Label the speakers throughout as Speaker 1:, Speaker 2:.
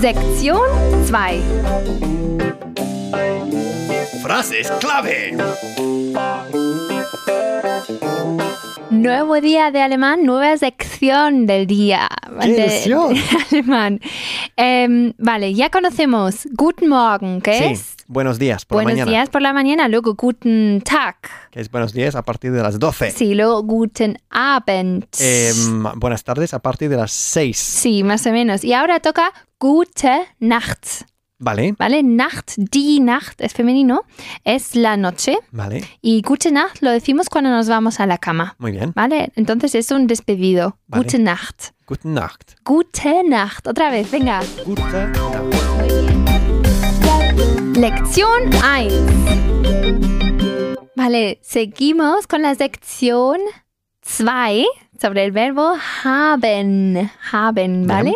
Speaker 1: Sektion 2.
Speaker 2: Frases clave.
Speaker 1: Nuevo día de alemán, nueva sección del día
Speaker 3: ¿Qué
Speaker 1: de,
Speaker 3: sección?
Speaker 1: de alemán. Em, vale, ya conocemos Guten Morgen, que es
Speaker 3: Sí, buenos días por
Speaker 1: buenos
Speaker 3: la mañana.
Speaker 1: días por la mañana, luego Guten Tag,
Speaker 3: Que es buenos días a partir de las 12.
Speaker 1: sí, luego Guten Abend,
Speaker 3: Em, buenas tardes a partir de las 6.
Speaker 1: sí, más o menos. Y ahora toca Gute Nacht,
Speaker 3: Vale,
Speaker 1: ¿vale? Nacht, die Nacht es femenino, es la noche.
Speaker 3: vale,
Speaker 1: Y Gute Nacht lo decimos cuando nos vamos a la cama,
Speaker 3: muy bien.
Speaker 1: ¿vale? Entonces es un despedido.
Speaker 3: Vale.
Speaker 1: Gute Nacht.
Speaker 3: Guten Nacht.
Speaker 1: Gute Nacht. Otra vez, venga.
Speaker 3: Gute
Speaker 1: Em,
Speaker 3: Nacht.
Speaker 1: Lección 1. Vale, seguimos con la sección 2 sobre el verbo haben. Haben, ¿vale?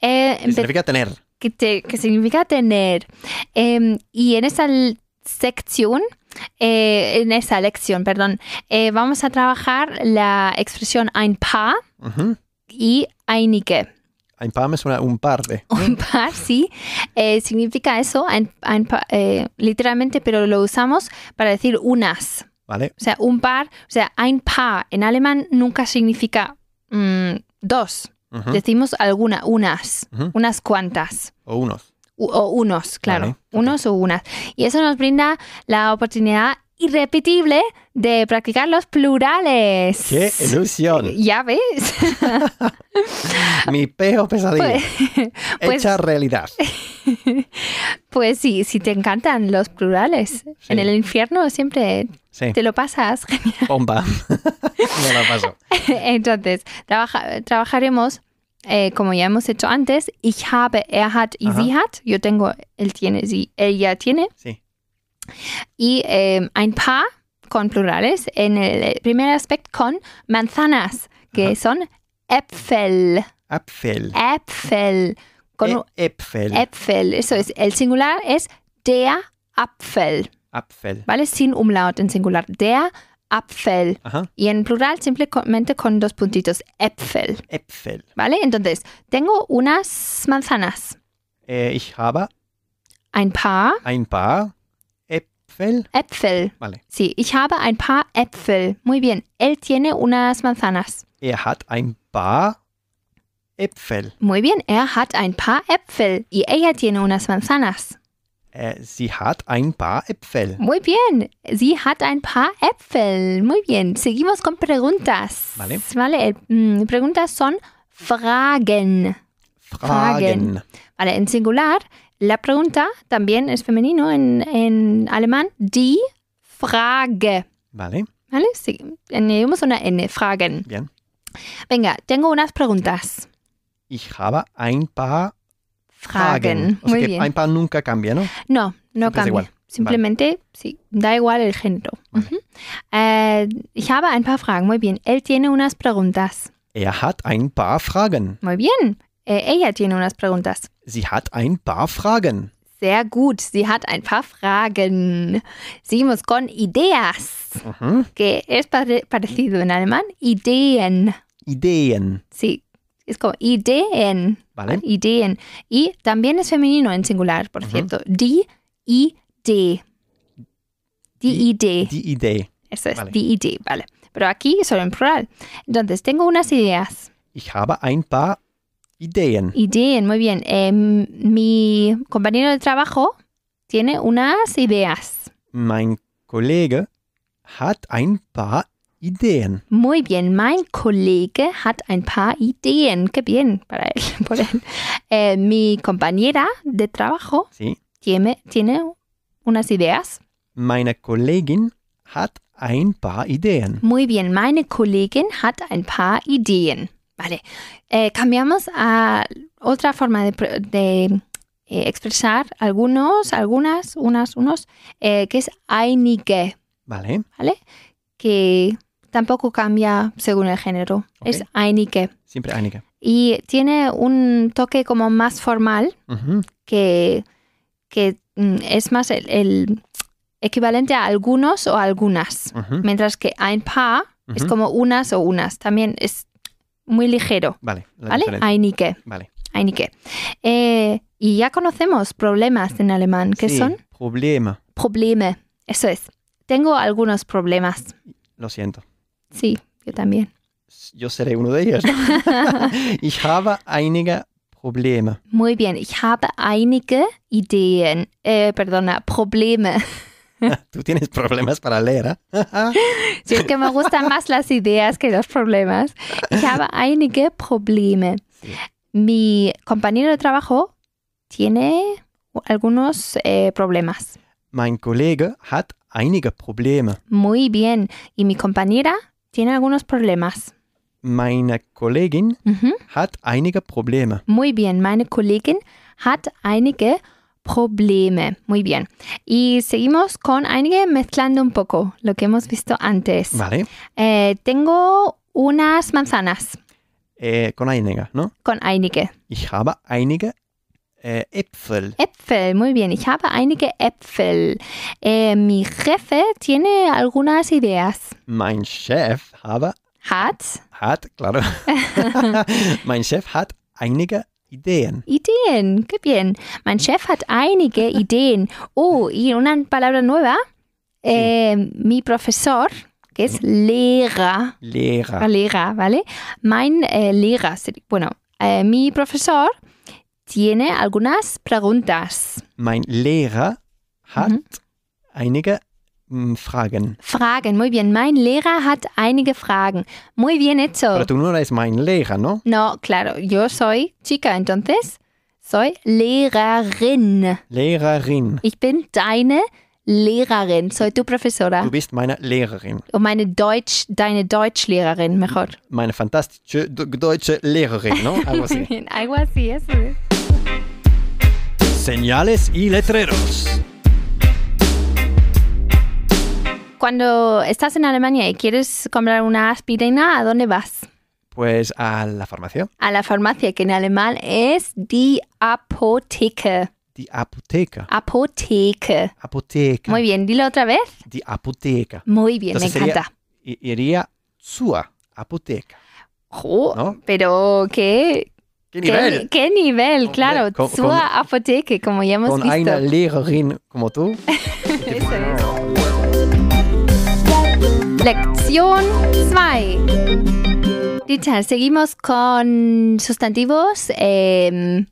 Speaker 1: Eh,
Speaker 3: Que
Speaker 1: empe-
Speaker 3: significa tener.
Speaker 1: que, te- que significa tener. Em, y en esa l- sección, eh, en esa lección, perdón, eh, vamos a trabajar la expresión ein paar
Speaker 3: Ujú.
Speaker 1: y einige.
Speaker 3: Ein paar me suena un par de.
Speaker 1: Un par, sí. Eh, significa eso, ein- ein pa- eh, literalmente, pero lo usamos para decir unas.
Speaker 3: Vale,
Speaker 1: O sea, un par, o sea, ein paar en alemán nunca significa mm, dos.
Speaker 3: Ujú.
Speaker 1: Decimos alguna, unas,
Speaker 3: Ujú.
Speaker 1: unas cuantas.
Speaker 3: o unos.
Speaker 1: u- o unos, claro.
Speaker 3: Vale,
Speaker 1: Unos o unas. Y eso nos brinda la oportunidad irrepetible de practicar los plurales.
Speaker 3: ¡Qué ilusión!
Speaker 1: Ya ves.
Speaker 3: Mi peor pesadilla.
Speaker 1: pues-
Speaker 3: Hecha realidad.
Speaker 1: Pues sí, si te encantan los plurales. En el infierno siempre
Speaker 3: Sí,
Speaker 1: te lo pasas. genial.
Speaker 3: bomba. no la paso.
Speaker 1: Entonces, trabaja- trabajaremos, eh, como ya hemos hecho antes, ich habe, er hat y
Speaker 3: Ajá.
Speaker 1: sie hat. Yo tengo, él tiene, sie, ella tiene.
Speaker 3: Sí.
Speaker 1: Y eh, ein paar con plurales. En el primer aspecto con manzanas, que
Speaker 3: Ajá.
Speaker 1: son Äpfel.
Speaker 3: Apfel.
Speaker 1: Äpfel. Con un
Speaker 3: E- Äpfel.
Speaker 1: Äpfel. Eso es. El singular es der Apfel.
Speaker 3: Apfel.
Speaker 1: ¿vale? Sin umlaut en singular. Der Apfel.
Speaker 3: Ajá.
Speaker 1: Y en plural simplemente con dos puntitos. Äpfel,
Speaker 3: Äpfel.
Speaker 1: ¿vale? Entonces, tengo unas manzanas.
Speaker 3: Eh, ich habe
Speaker 1: Ein paar
Speaker 3: ein paar Äpfel.
Speaker 1: Äpfel.
Speaker 3: Vale.
Speaker 1: Sí, ich habe ein paar Äpfel. Muy bien. Él tiene unas manzanas.
Speaker 3: Er hat ein paar Äpfel.
Speaker 1: Muy bien. Er hat ein paar Äpfel. Y ella tiene unas manzanas.
Speaker 3: Äh, sie hat ein paar Äpfel.
Speaker 1: Muy bien. Sie hat ein paar Äpfel. Muy bien. Seguimos con preguntas.
Speaker 3: Vale.
Speaker 1: Vale. el- mm, preguntas son Fragen.
Speaker 3: Fragen.
Speaker 1: Vale, en singular, la pregunta también es femenino en, en alemán. Die Frage.
Speaker 3: Vale,
Speaker 1: ¿Vale? Sí, añadimos una N, Fragen.
Speaker 3: bien.
Speaker 1: Venga, tengo unas preguntas.
Speaker 3: Ich habe ein paar
Speaker 1: Fragen.
Speaker 3: Fragen. O sea
Speaker 1: Muy
Speaker 3: que
Speaker 1: bien.
Speaker 3: ein paar nunca cambia, ne? ¿no?
Speaker 1: No, no
Speaker 3: Siempre es
Speaker 1: cambia.
Speaker 3: igual.
Speaker 1: Simplemente, sí, da igual el género.
Speaker 3: Vale.
Speaker 1: Ujú. Eh, ich habe ein paar Fragen. Muy bien. Él tiene unas preguntas.
Speaker 3: Er hat ein paar Fragen.
Speaker 1: Muy bien. Eh, ella tiene unas preguntas.
Speaker 3: Sie hat ein paar Fragen.
Speaker 1: Sehr gut. Sie hat ein paar Fragen. Seguimos con ideas.
Speaker 3: Mhm.
Speaker 1: que es pare- parecido en alemán, Ideen.
Speaker 3: Ideen.
Speaker 1: Sí, es como Ideen.
Speaker 3: Vale.
Speaker 1: Ideen. Y también es femenino en singular, por
Speaker 3: ¿Eh? Ujú.
Speaker 1: cierto. Die Idee. Die
Speaker 3: Die-
Speaker 1: Idee.
Speaker 3: Die Idee.
Speaker 1: Eso es,
Speaker 3: vale.
Speaker 1: die Idee, vale. Pero aquí solo en plural. Entonces, tengo unas ideas.
Speaker 3: Ich habe ein paar Ideen.
Speaker 1: Ideen, muy bien. Eh, m- mi compañero de trabajo tiene unas ideas.
Speaker 3: Mein Kollege hat ein paar Ideen.
Speaker 1: Muy bien, mein Kollege hat ein paar Ideen. Qué bien para él, por él. Eh, mi compañera de trabajo
Speaker 3: Sie,
Speaker 1: tiene, tiene unas ideas.
Speaker 3: meine Kollegin hat ein paar Ideen.
Speaker 1: Muy bien, meine Kollegin hat ein paar Ideen. Vale, Eh, cambiamos a otra forma de, pre- de, eh, expresar algunos, algunas, unas, unos, eh, que es einige,
Speaker 3: Vale,
Speaker 1: ¿vale? Que tampoco cambia según el género. Es
Speaker 3: Ok.
Speaker 1: einige.
Speaker 3: siempre einige.
Speaker 1: y tiene un toque como más formal
Speaker 3: Mhm.
Speaker 1: que, que mm, es más el, el equivalente a algunos o algunas,
Speaker 3: Mhm.
Speaker 1: mientras que ein paar es
Speaker 3: Ujú.
Speaker 1: como unas o unas, también es muy ligero,
Speaker 3: Vale, la
Speaker 1: ¿vale?
Speaker 3: diferencia.
Speaker 1: Einige,
Speaker 3: Vale.
Speaker 1: einige. Eh, y ya conocemos problemas en alemán, que
Speaker 3: Sí,
Speaker 1: son
Speaker 3: Problema.
Speaker 1: probleme. Eso es. Tengo algunos problemas.
Speaker 3: Lo siento.
Speaker 1: Sí, yo también.
Speaker 3: Yo seré uno de ellos. ich habe einige Probleme.
Speaker 1: Muy bien. Ich habe einige Ideen. Eh, perdona, Probleme.
Speaker 3: Tú tienes problemas para leer, ¿eh?
Speaker 1: Sí, es que me gustan más las ideas que los problemas. Ich habe einige Probleme.
Speaker 3: Sí.
Speaker 1: Mi compañero de trabajo tiene algunos eh, problemas.
Speaker 3: mein Kollege hat einige Probleme.
Speaker 1: Muy bien. Y mi compañera tiene algunos problemas.
Speaker 3: Meine Kollegin
Speaker 1: Ujú.
Speaker 3: hat einige Probleme.
Speaker 1: Muy bien. Meine Kollegin hat einige Probleme. Muy bien. Y seguimos con einige mezclando un poco lo que hemos visto antes.
Speaker 3: Vale.
Speaker 1: Eh, tengo unas manzanas
Speaker 3: Eh, con einige, ¿no?
Speaker 1: con einige.
Speaker 3: Ich habe einige äh, Äpfel.
Speaker 1: Äpfel, muy bien. Ich habe einige Äpfel. Eh, mi jefe tiene algunas ideas.
Speaker 3: Mein Chef habe,
Speaker 1: Hat
Speaker 3: hat, claro, mein Chef hat einige Ideen.
Speaker 1: Ideen. Qué bien. Mein Chef hat einige Ideen. Oh, y una palabra nueva. Eh, Mi profesor, que es Lehrer.
Speaker 3: Lehrer.
Speaker 1: Lehrer, ¿vale? Mein eh, Lehrer, seri- bueno, eh, mi profesor tiene algunas preguntas.
Speaker 3: Mein Lehrer hat
Speaker 1: Mhm.
Speaker 3: einige mm, Fragen.
Speaker 1: Fragen, muy bien. Mein Lehrer hat einige Fragen. Muy bien hecho.
Speaker 3: Pero tú no eres mein Lehrer, ¿no?
Speaker 1: No, claro, yo soy chica, entonces soy Lehrerin.
Speaker 3: Lehrerin.
Speaker 1: Ich bin deine Lehrerin, soy tu profesora.
Speaker 3: Du bist meine Lehrerin.
Speaker 1: Und Oh, meine Deutsch, deine Deutschlehrerin, mejor.
Speaker 3: Meine fantastische do- deutsche Lehrerin, ¿no? Algo así.
Speaker 1: Algo así, eso es.
Speaker 2: Señales y letreros.
Speaker 1: Cuando estás en Alemania y quieres comprar una aspirina, ¿a dónde vas?
Speaker 3: Pues a la farmacia.
Speaker 1: A la farmacia, que en alemán es die Apotheke.
Speaker 3: Die Apotheke.
Speaker 1: Apotheke.
Speaker 3: Apotheke.
Speaker 1: Muy bien, dilo otra vez.
Speaker 3: Die Apotheke.
Speaker 1: Muy bien,
Speaker 3: Entonces
Speaker 1: me
Speaker 3: sería-
Speaker 1: encanta.
Speaker 3: I- Iría zur Apotheke.
Speaker 1: Jo,
Speaker 3: ¿No?
Speaker 1: Pero qué,
Speaker 3: ¿Qué
Speaker 1: Oh, qué-
Speaker 3: nivel?
Speaker 1: qué nivel,
Speaker 3: Hombre,
Speaker 1: claro.
Speaker 3: con-
Speaker 1: Zur
Speaker 3: con-
Speaker 1: Apotheke, como ya hemos
Speaker 3: Con
Speaker 1: visto.
Speaker 3: una Lehrerin como tú.
Speaker 1: Eso es. Lección 2. Dicha, seguimos con sustantivos eh,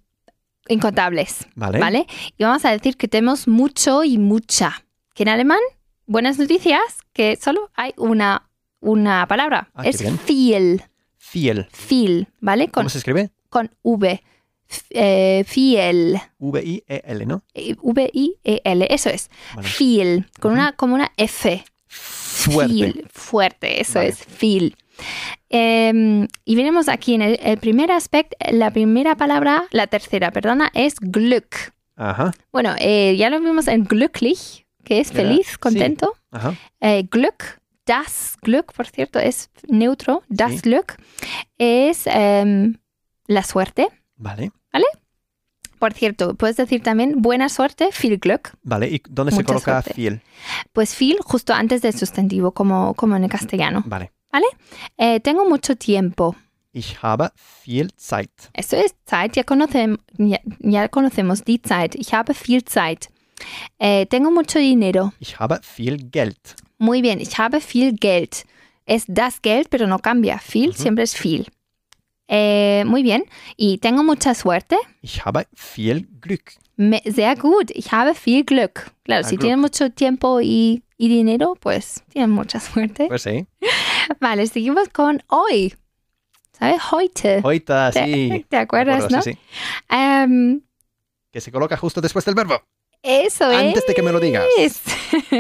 Speaker 1: incontables,
Speaker 3: Vale.
Speaker 1: ¿vale? Y vamos a decir que tenemos mucho y mucha. Que en alemán, buenas noticias, que solo hay una, una palabra.
Speaker 3: Ah, qué
Speaker 1: es
Speaker 3: bien.
Speaker 1: viel,
Speaker 3: Viel.
Speaker 1: viel, ¿vale? Con,
Speaker 3: ¿Cómo se escribe?
Speaker 1: con V. F- eh, fiel.
Speaker 3: V-I-E-L, E ¿no?
Speaker 1: eh, V-I-E-L, eso es.
Speaker 3: Vale.
Speaker 1: Fiel, con una, como una F.
Speaker 3: Fuerte.
Speaker 1: Feel, fuerte, eso
Speaker 3: Vale.
Speaker 1: es, feel. Em, y veremos aquí en el, el primer aspecto, la primera palabra, la tercera, perdona, es Glück.
Speaker 3: Ajá.
Speaker 1: Bueno, eh, ya lo vimos en glücklich, que es
Speaker 3: Ya,
Speaker 1: feliz,
Speaker 3: sí.
Speaker 1: contento.
Speaker 3: Ajá.
Speaker 1: Eh, Glück, das Glück, por cierto, es neutro, das
Speaker 3: Sí.
Speaker 1: Glück, es em, la suerte.
Speaker 3: Vale.
Speaker 1: Por cierto, puedes decir también buena suerte, viel Glück.
Speaker 3: Vale. ¿Y dónde se
Speaker 1: Mucha
Speaker 3: coloca
Speaker 1: suerte.
Speaker 3: viel?
Speaker 1: Pues viel justo antes del sustantivo, como, como en el castellano.
Speaker 3: Vale.
Speaker 1: Eh, tengo mucho tiempo.
Speaker 3: Ich habe viel Zeit.
Speaker 1: Eso es Zeit, ya, conocem- ya, ya conocemos die Zeit. Ich habe viel Zeit. Eh, tengo mucho dinero.
Speaker 3: Ich habe viel Geld.
Speaker 1: Muy bien, ich habe viel Geld. Es das Geld, pero no cambia. Viel
Speaker 3: Ujú.
Speaker 1: siempre es viel. Eh, muy bien, y tengo mucha suerte.
Speaker 3: Ich habe viel Glück.
Speaker 1: Me- sehr gut, ich habe viel Glück. Claro,
Speaker 3: Ah,
Speaker 1: si
Speaker 3: Glück.
Speaker 1: tienen mucho tiempo y, y dinero, pues tienen mucha suerte.
Speaker 3: Pues sí.
Speaker 1: Vale, seguimos con hoy. ¿Sabes? Heute.
Speaker 3: Ahorita
Speaker 1: Eh, ¿Te,
Speaker 3: sí.
Speaker 1: te
Speaker 3: Me acuerdo,
Speaker 1: acuerdas, no?
Speaker 3: Sí, sí.
Speaker 1: Em,
Speaker 3: Que se coloca justo después del verbo.
Speaker 1: eso es.
Speaker 3: Antes de que me lo digas.
Speaker 1: Es.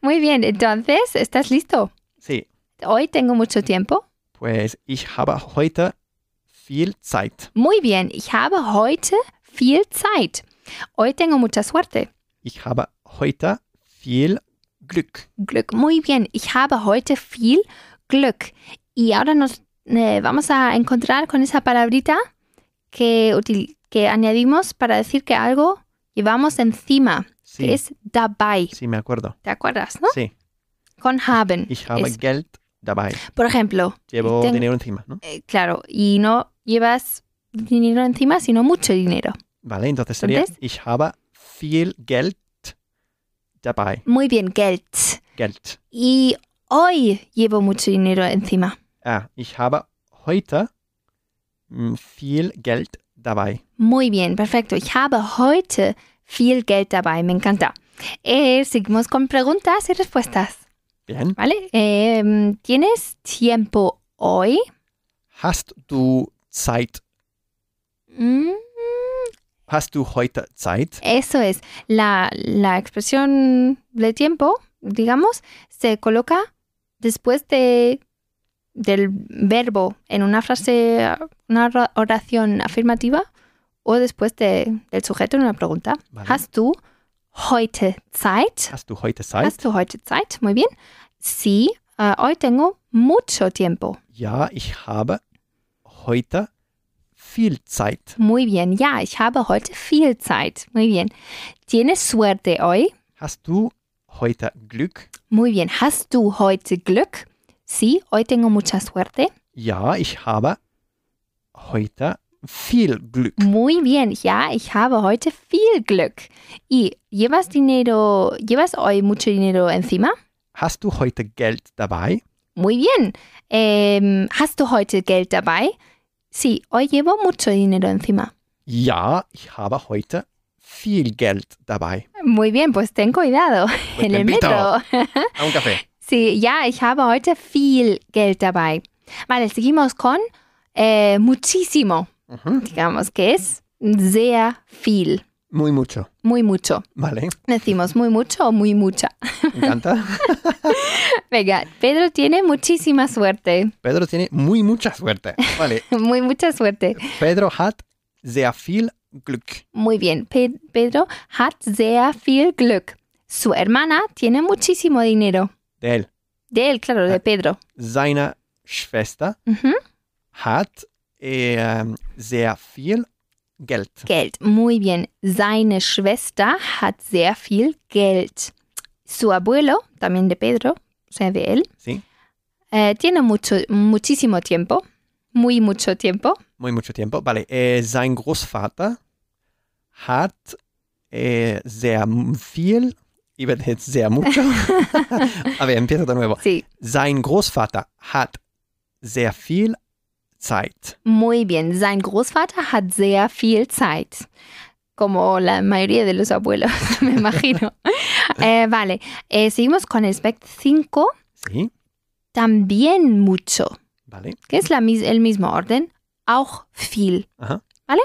Speaker 1: Muy bien, entonces, ¿estás listo?
Speaker 3: Sí.
Speaker 1: Hoy tengo mucho tiempo.
Speaker 3: Pues ich habe heute viel Zeit.
Speaker 1: Muy bien, ich habe heute viel Zeit. Hoy tengo mucha suerte.
Speaker 3: Ich habe heute viel Glück.
Speaker 1: Glück. Muy bien, ich habe heute viel Glück. Y ahora nos eh, vamos a encontrar con esa palabrita que, util- que añadimos para decir que algo llevamos encima, que
Speaker 3: Sí.
Speaker 1: es dabei.
Speaker 3: Sí, me acuerdo.
Speaker 1: ¿Te acuerdas, no?
Speaker 3: Sí.
Speaker 1: Con haben.
Speaker 3: Ich habe
Speaker 1: Es-
Speaker 3: Geld dabei.
Speaker 1: por ejemplo,
Speaker 3: Llevo
Speaker 1: tengo- Eh,
Speaker 3: dinero encima, ¿no?
Speaker 1: Claro, y no llevas dinero encima, sino mucho dinero.
Speaker 3: Vale, entonces sería
Speaker 1: Entonces-
Speaker 3: ich habe viel Geld dabei.
Speaker 1: Muy bien, Geld.
Speaker 3: Geld.
Speaker 1: Y hoy llevo mucho dinero encima.
Speaker 3: Ah, ich habe heute mm, viel Geld dabei.
Speaker 1: Muy bien, perfecto. Ich habe heute viel Geld dabei. Me encanta. Eh, seguimos con preguntas y respuestas.
Speaker 3: Bien.
Speaker 1: ¿Vale? Eh, ¿Tienes tiempo hoy?
Speaker 3: Hast du Zeit?
Speaker 1: Mm,
Speaker 3: Hast du heute Zeit?
Speaker 1: Eso es. La, la expresión de tiempo, digamos, se coloca después de, del verbo en una frase, una ora- oración afirmativa o después de- del sujeto en una pregunta.
Speaker 3: Vale.
Speaker 1: ¿Hast du heute Zeit?
Speaker 3: Hast du heute Zeit?
Speaker 1: ¿Hast du heute Zeit? Muy bien. Sí, ah, hoy tengo mucho tiempo.
Speaker 3: Ja, ich habe heute viel Zeit.
Speaker 1: Muy bien. Ja, ich habe heute viel Zeit. Muy bien. ¿Tienes suerte hoy?
Speaker 3: Hast du heute Glück?
Speaker 1: Muy bien. ¿Hast du heute Glück? Sí, hoy tengo mucha suerte.
Speaker 3: Ja, ich habe heute viel Glück.
Speaker 1: Muy bien. Ja, ich habe heute viel Glück. ¿Y llevas dinero, llevas hoy mucho dinero encima?
Speaker 3: Hast du heute Geld dabei?
Speaker 1: Muy bien. Em, ¿Hast du heute Geld dabei? Sí, hoy llevo mucho dinero encima.
Speaker 3: Ja, ich habe heute viel Geld dabei.
Speaker 1: Muy bien, pues ten cuidado
Speaker 3: Pues
Speaker 1: en
Speaker 3: te
Speaker 1: el
Speaker 3: invito.
Speaker 1: metro.
Speaker 3: A un café.
Speaker 1: Sí, ja, ich habe heute viel Geld dabei. Vale, seguimos con eh, muchísimo,
Speaker 3: Mhm.
Speaker 1: digamos que es mm, sehr viel,
Speaker 3: Muy mucho.
Speaker 1: muy mucho.
Speaker 3: Vale,
Speaker 1: Decimos muy mucho o muy mucha.
Speaker 3: me encanta.
Speaker 1: Venga, Pedro tiene muchísima suerte,
Speaker 3: Pedro tiene muy mucha suerte. Vale,
Speaker 1: muy mucha suerte.
Speaker 3: Pedro hat sehr viel Glück.
Speaker 1: Muy bien, Pe- Pedro hat sehr viel Glück. Su hermana tiene muchísimo dinero.
Speaker 3: Del
Speaker 1: De él, claro, de Pedro.
Speaker 3: seiner Schwester
Speaker 1: Ujú.
Speaker 3: hat ähm, sehr viel Geld.
Speaker 1: Geld. Muy bien. Seine Schwester hat sehr viel Geld. Su abuelo, también de Pedro, o sea, de él,
Speaker 3: Sí,
Speaker 1: eh, tiene mucho, muchísimo tiempo, muy mucho tiempo.
Speaker 3: muy mucho tiempo. Vale, äh, sein Großvater hat äh, sehr m- viel, ich werde jetzt sehr mucho, aber empieza de nuevo.
Speaker 1: Sí,
Speaker 3: Sein Großvater hat sehr viel Zeit.
Speaker 1: muy bien. Sein Großvater hat sehr viel Zeit, como la mayoría de los abuelos, me imagino. Eh, vale, Eh, seguimos con el spec 5,
Speaker 3: Sí,
Speaker 1: también mucho.
Speaker 3: vale.
Speaker 1: que es la, mis- el mismo orden, auch viel.
Speaker 3: Ajá.
Speaker 1: ¿Vale?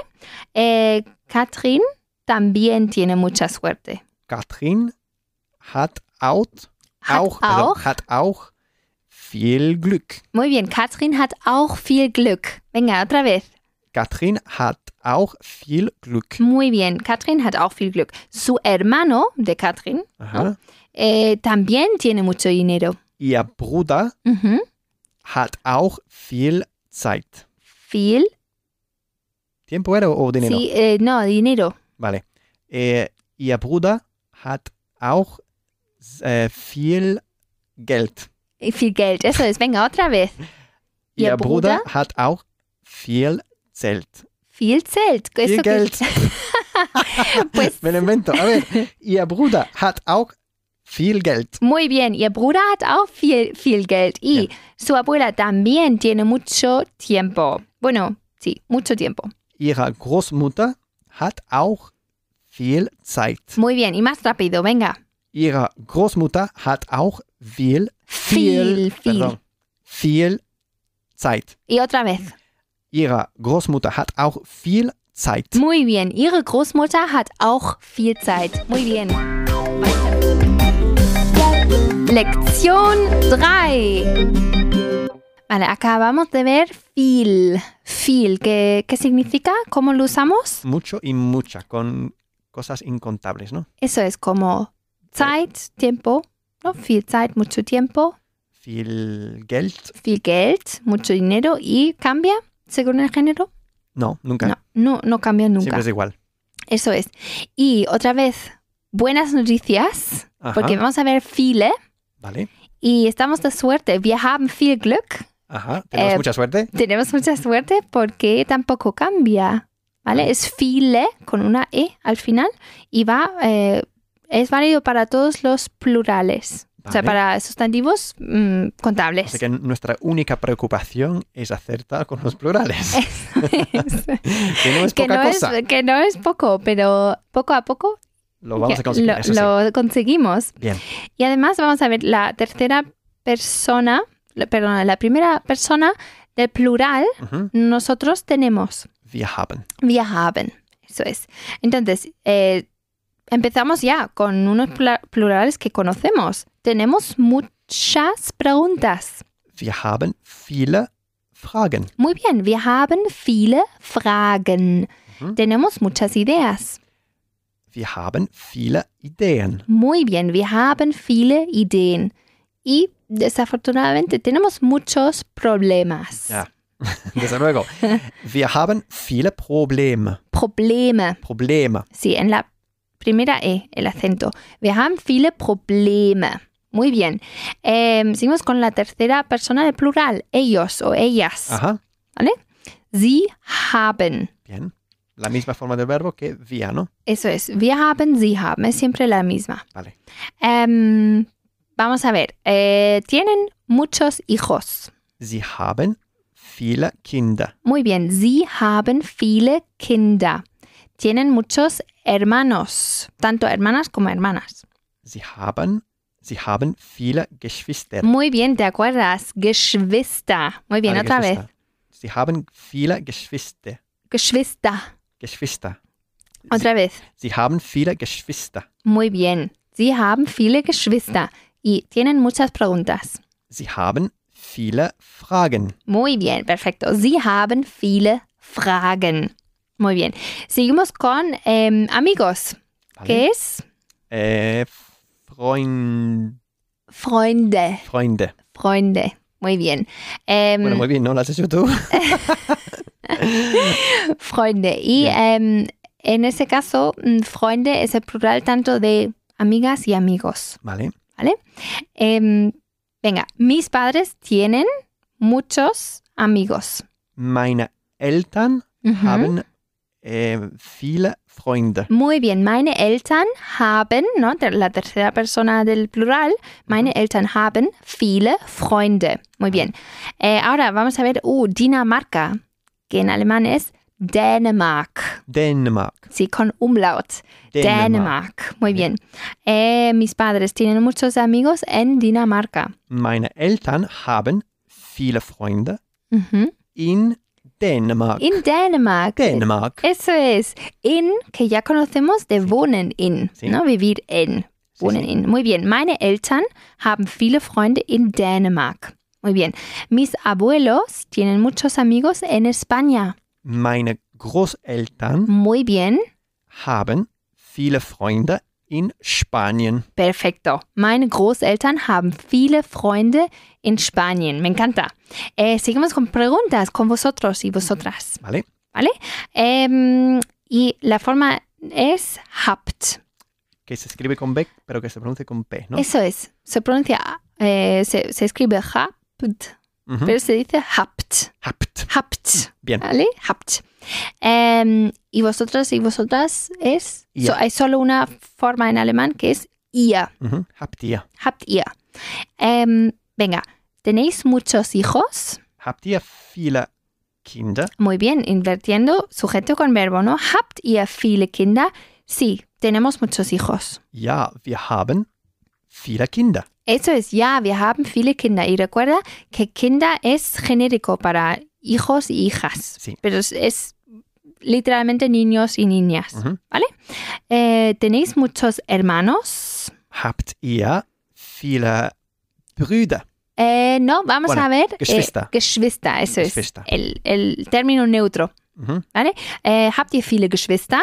Speaker 1: Eh, Katrin también tiene mucha suerte.
Speaker 3: Katrin hat auch,
Speaker 1: Hat
Speaker 3: auch, also
Speaker 1: auch.
Speaker 3: hat auch viel Glück.
Speaker 1: Muy bien, Katrin hat auch viel Glück. Venga, otra vez.
Speaker 3: Katrin hat auch viel Glück.
Speaker 1: Muy bien, Katrin hat auch viel Glück. Su hermano de Katrin
Speaker 3: Aha.
Speaker 1: eh, también tiene mucho dinero.
Speaker 3: Ihr Bruder
Speaker 1: Ujú.
Speaker 3: hat auch viel Zeit.
Speaker 1: Viel.
Speaker 3: Tiempo era o dinero?
Speaker 1: Sí, eh, no, dinero.
Speaker 3: Vale. Äh, ihr Bruder hat auch äh, viel Geld.
Speaker 1: Eh, Viel Geld. Eso es, venga, otra vez. Ihr
Speaker 3: Ihr Bruder hat auch viel Zelt.
Speaker 1: Viel Zelt.
Speaker 3: Viel
Speaker 1: Eso que-
Speaker 3: Geld.
Speaker 1: Pues-
Speaker 3: Me lo invento. A ver, ihr Bruder hat auch viel Geld.
Speaker 1: Muy bien, ihr Bruder hat auch viel, viel Geld y
Speaker 3: Bien.
Speaker 1: su abuela también tiene mucho tiempo. Bueno, sí, mucho tiempo.
Speaker 3: Ihre Großmutter hat auch viel Zeit.
Speaker 1: Muy bien, y más rápido, venga.
Speaker 3: Ihre Großmutter hat auch viel,
Speaker 1: Viel, viel.
Speaker 3: viel, pardon, viel Zeit.
Speaker 1: Y otra vez.
Speaker 3: Ihre Großmutter hat auch viel Zeit.
Speaker 1: Muy bien, ihre Großmutter hat auch viel Zeit. Muy bien. Lección 3. Vale, acabamos de ver feel. Feel, ¿qué, qué significa? ¿Cómo lo usamos?
Speaker 3: Mucho y mucha, con cosas incontables, ¿no?
Speaker 1: Eso es como Zeit, tiempo, ¿no? Viel Zeit, mucho tiempo,
Speaker 3: Viel Geld.
Speaker 1: viel Geld, mucho dinero y cambia según el género.
Speaker 3: No, nunca.
Speaker 1: No, no, no cambia nunca.
Speaker 3: Siempre es igual.
Speaker 1: Eso es. Y otra vez, buenas noticias,
Speaker 3: Ajá,
Speaker 1: porque vamos a ver viele
Speaker 3: Vale.
Speaker 1: y estamos de suerte. Wir haben viel Glück.
Speaker 3: Ajá, tenemos
Speaker 1: Eh,
Speaker 3: mucha suerte.
Speaker 1: Tenemos mucha suerte porque tampoco cambia, ¿vale? Es file con una e al final y va, eh, es válido para todos los plurales. O sea,
Speaker 3: Vale.
Speaker 1: para sustantivos mm, contables.
Speaker 3: Así que nuestra única preocupación es acertar con los plurales.
Speaker 1: Eso es.
Speaker 3: que no es
Speaker 1: que,
Speaker 3: poca
Speaker 1: no es,
Speaker 3: cosa.
Speaker 1: que no es poco, pero poco a poco
Speaker 3: Lo vamos
Speaker 1: ya,
Speaker 3: a conseguir.
Speaker 1: lo-
Speaker 3: eso sí.
Speaker 1: lo conseguimos.
Speaker 3: Bien.
Speaker 1: Y además vamos a ver la tercera persona, la- perdón, la primera persona del plural,
Speaker 3: Ujú.
Speaker 1: nosotros tenemos.
Speaker 3: Wir haben.
Speaker 1: Wir haben. Eso es. Entonces, eh, empezamos ya con unos pla- plurales que conocemos. Tenemos muchas preguntas.
Speaker 3: Wir haben viele Fragen.
Speaker 1: Muy bien, wir haben viele Fragen.
Speaker 3: Ujú.
Speaker 1: Tenemos muchas ideas.
Speaker 3: Wir haben viele Ideen.
Speaker 1: Muy bien, wir haben viele Ideen. Y desafortunadamente tenemos muchos problemas.
Speaker 3: Ja. Desde luego. Wir haben viele Probleme.
Speaker 1: Probleme.
Speaker 3: Probleme.
Speaker 1: Sí, en la primera E, el acento. Wir haben viele Probleme. Muy bien. Em, seguimos con la tercera persona del plural. Ellos o ellas.
Speaker 3: Ajá.
Speaker 1: Sie haben.
Speaker 3: Bien. La misma forma del verbo que wir, ¿no?
Speaker 1: Eso es. Wir haben, sie haben. Es siempre la misma.
Speaker 3: Vale.
Speaker 1: Em, vamos a ver. Eh, tienen muchos hijos.
Speaker 3: Sie haben viele Kinder.
Speaker 1: Muy bien. Sie haben viele Kinder. Tienen muchos hermanos. Tanto hermanas como hermanas.
Speaker 3: Sie haben, sie haben viele Geschwister.
Speaker 1: Muy bien, ¿te acuerdas? Geschwister. Muy bien,
Speaker 3: Alle
Speaker 1: otra vez.
Speaker 3: Geschwister. Sie haben viele Geschwister.
Speaker 1: Geschwister.
Speaker 3: Geschwister.
Speaker 1: Otra vez.
Speaker 3: Sie haben viele Geschwister.
Speaker 1: Muy bien. Sie haben viele Geschwister y tienen muchas preguntas.
Speaker 3: Sie haben viele Fragen.
Speaker 1: Muy bien, perfecto. Sie haben viele Fragen. Muy bien. Seguimos con em, amigos, que es
Speaker 3: Äh, Freund,
Speaker 1: Freunde.
Speaker 3: Freunde.
Speaker 1: Freunde. Muy bien. Em,
Speaker 3: Bueno, muy bien, ¿no? ¿Lo has hecho tú?
Speaker 1: Freunde. Y em, en ese caso, mm, Freunde es el plural tanto de amigas y amigos.
Speaker 3: Vale.
Speaker 1: Em, venga, mis padres tienen muchos amigos.
Speaker 3: Meine Eltern
Speaker 1: Ujú.
Speaker 3: haben äh, viele Freunde.
Speaker 1: Muy bien, meine Eltern haben, ¿no? Ter- la tercera persona del plural, meine Eltern haben viele Freunde. Muy bien. Eh, ahora vamos a ver, uh, Dinamarca, que en alemán es Dänemark.
Speaker 3: Dänemark.
Speaker 1: Sí, con umlaut. Dänemark. Muy bien. Eh, mis padres tienen muchos amigos en Dinamarca.
Speaker 3: Meine Eltern haben viele Freunde
Speaker 1: Ujú.
Speaker 3: in Dänemark.
Speaker 1: En Dänemark.
Speaker 3: Dänemark.
Speaker 1: Eso es. In, que ya conocemos de wohnen in,
Speaker 3: Sí.
Speaker 1: ¿no? Vivir en.
Speaker 3: Sí,
Speaker 1: Wohnen
Speaker 3: sí.
Speaker 1: in. Muy bien. Meine Eltern haben viele Freunde in Dänemark. Muy bien. Mis abuelos tienen muchos amigos en España.
Speaker 3: Meine Großeltern
Speaker 1: Muy bien.
Speaker 3: haben viele Freunde in Spanien.
Speaker 1: Perfecto. Meine Großeltern haben viele Freunde in Spanien. Me encanta. Eh, seguimos con preguntas con vosotros y vosotras.
Speaker 3: Vale.
Speaker 1: Em, y la forma es habt.
Speaker 3: Que se escribe con B, pero que se pronuncia con P, ¿no?
Speaker 1: Eso es. Se pronuncia, eh, se, se escribe habt,
Speaker 3: Ujú.
Speaker 1: pero se dice habt.
Speaker 3: Habt.
Speaker 1: Habt.
Speaker 3: Bien.
Speaker 1: ¿Vale? Habt. Em, y vosotros y vosotras es.
Speaker 3: Ihr.
Speaker 1: so- hay solo una forma en alemán que es ihr.
Speaker 3: Ujú. Habt ihr.
Speaker 1: Habt ihr. Em, venga. ¿Tenéis muchos hijos?
Speaker 3: Habt ihr viele Kinder?
Speaker 1: Muy bien, invirtiendo sujeto con verbo, ¿no? Habt ihr viele Kinder? Sí, tenemos muchos hijos.
Speaker 3: Ja, wir haben viele Kinder.
Speaker 1: Eso es, ya, wir haben viele Kinder. Y recuerda que Kinder es genérico para hijos y hijas.
Speaker 3: Sí.
Speaker 1: Pero es, es literalmente niños y niñas.
Speaker 3: Ujú.
Speaker 1: Eh, ¿Tenéis muchos hermanos?
Speaker 3: Habt ihr viele Brüder?
Speaker 1: Eh, no, vamos
Speaker 3: Bueno,
Speaker 1: a ver. eh,
Speaker 3: Geschwister.
Speaker 1: Geschwister, eso
Speaker 3: Geschwister.
Speaker 1: es. El, el término neutro.
Speaker 3: Mhm.
Speaker 1: Eh, ¿Habt ihr viele Geschwister?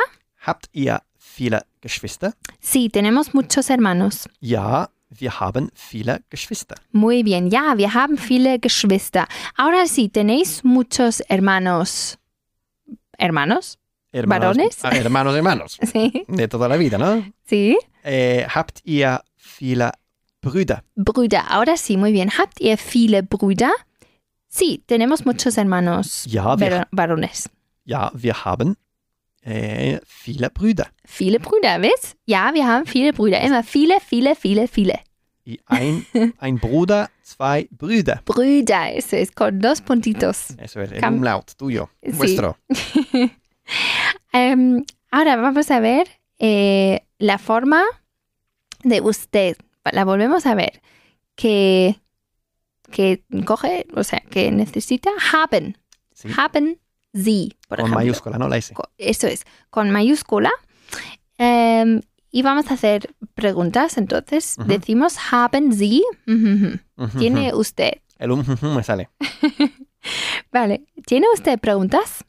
Speaker 3: Habt ihr viele Geschwister?
Speaker 1: Sí, tenemos muchos hermanos.
Speaker 3: Ja, wir haben viele Geschwister.
Speaker 1: Muy bien, ya, wir haben viele Geschwister. Ahora sí, ¿tenéis muchos hermanos? ¿Hermanos? Varones?
Speaker 3: Ah, hermanos, hermanos.
Speaker 1: Sí,
Speaker 3: De toda la vida, ¿no?
Speaker 1: sí.
Speaker 3: Äh, habt ihr viele Brüder?
Speaker 1: Brüder, ahora sí, muy bien. ¿Habt ihr viele Brüder? Sí, tenemos muchos hermanos
Speaker 3: Ja, wir,
Speaker 1: var- varones.
Speaker 3: ja, wir haben äh, viele Brüder.
Speaker 1: Viele Brüder, ¿ves? Ja, wir haben viele Brüder. Immer viele, viele, viele, viele.
Speaker 3: I- Ein, ein Bruder, zwei Brüder.
Speaker 1: Brüder, eso es, con dos puntitos.
Speaker 3: Eso es, el
Speaker 1: Cam-
Speaker 3: umlaut, tuyo,
Speaker 1: Sí.
Speaker 3: vuestro.
Speaker 1: Em, ahora vamos a ver eh, la forma de usted. La volvemos a ver. Que, que coge, o sea, que necesita haben.
Speaker 3: Sí,
Speaker 1: Haben Sie, por
Speaker 3: con
Speaker 1: ejemplo.
Speaker 3: mayúscula, no la S.
Speaker 1: Co- Eso es, con mayúscula. Em, y vamos a hacer preguntas. Entonces,
Speaker 3: Ujú.
Speaker 1: decimos haben Sie. Ujujú.
Speaker 3: Ujú,
Speaker 1: Oh, ¿Tiene
Speaker 3: ujú.
Speaker 1: usted?
Speaker 3: El um, ujú, me sale.
Speaker 1: Vale. ¿Tiene usted preguntas?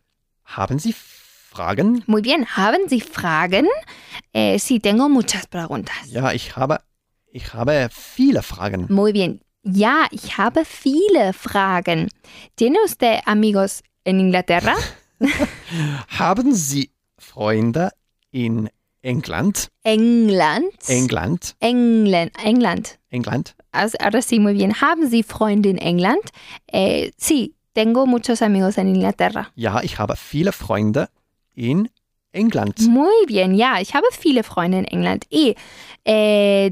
Speaker 3: Haben Sie Fragen?
Speaker 1: Muy bien. ¿Haben Sie Fragen? Eh, sí, tengo muchas preguntas.
Speaker 3: Ja, ich habe, ich habe viele Fragen.
Speaker 1: Muy bien. Ja, ich habe viele Fragen. ¿Tiene usted amigos en Inglaterra?
Speaker 3: Haben Sie Freunde in England?
Speaker 1: England.
Speaker 3: England?
Speaker 1: England. England.
Speaker 3: England?
Speaker 1: Also, Ahora sí, muy bien. ¿Haben Sie Freunde en England? Eh, sí, tengo muchos amigos en Inglaterra.
Speaker 3: Ja, ich habe viele Freunde in England.
Speaker 1: Muy bien, ja, ich habe viele Freunde in England. Y, eh,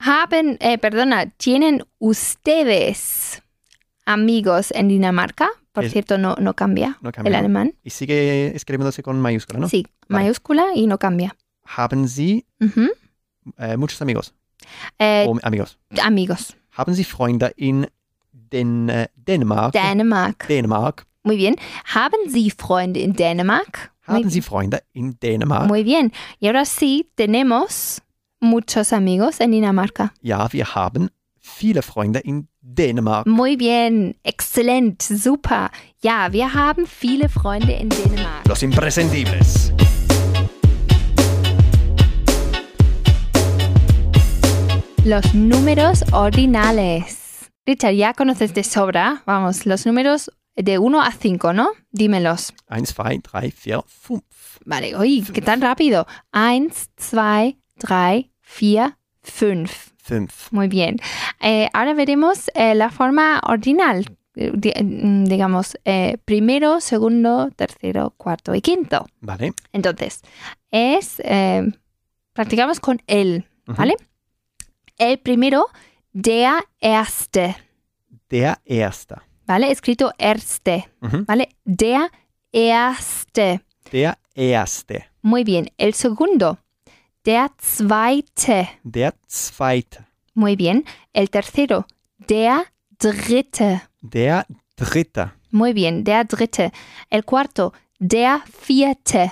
Speaker 1: haben, eh, perdona, ¿tienen ustedes amigos en Dinamarca? Por
Speaker 3: Es-
Speaker 1: cierto, no, no cambia
Speaker 3: No cambia.
Speaker 1: el alemán.
Speaker 3: Y sigue escribiéndose con mayúscula, ¿no?
Speaker 1: Sí,
Speaker 3: Vale.
Speaker 1: mayúscula y no cambia.
Speaker 3: Haben Sie
Speaker 1: Ujú.
Speaker 3: äh, muchos amigos?
Speaker 1: Eh,
Speaker 3: Oh, amigos.
Speaker 1: amigos.
Speaker 3: Haben Sie Freunde in den, äh, Dänemark?
Speaker 1: Dänemark.
Speaker 3: Dänemark.
Speaker 1: Muy bien. ¿Haben Sie Freunde in Dänemark? Muy,
Speaker 3: Haben Sie Freunde in Dänemark?
Speaker 1: muy bien. Y ahora sí, tenemos muchos amigos en Dinamarca.
Speaker 3: Ja, wir haben viele Freunde in Dänemark.
Speaker 1: Muy bien. Excelente. Super. Ja, wir haben viele Freunde in Dänemark.
Speaker 3: Los imprescindibles.
Speaker 1: Los números ordinales. Richard, ya conoces de sobra, vamos, los números de 1 a 5, ¿no? Dímelos.
Speaker 3: Eins, zwei, drei, vier, fünf.
Speaker 1: Vale, uy, qué tan rápido. 1, 2, 3, 4, 5.
Speaker 3: Fünf.
Speaker 1: Muy bien. Eh, ahora veremos eh, la forma ordinal. eh, di- mm, digamos, eh, primero, segundo, tercero, cuarto y quinto.
Speaker 3: Vale.
Speaker 1: Entonces, es. eh, practicamos con el.
Speaker 3: Ujú.
Speaker 1: ¿Vale? El primero, der erste.
Speaker 3: Der Erste.
Speaker 1: ¿Vale? Escrito erste.
Speaker 3: Ujú.
Speaker 1: ¿Vale? Der erste.
Speaker 3: Der Erste.
Speaker 1: Muy bien. El segundo, der zweite.
Speaker 3: Der Zweite.
Speaker 1: Muy bien. El tercero, der dritte.
Speaker 3: Der Dritte.
Speaker 1: Muy bien, der dritte. El cuarto, der vierte.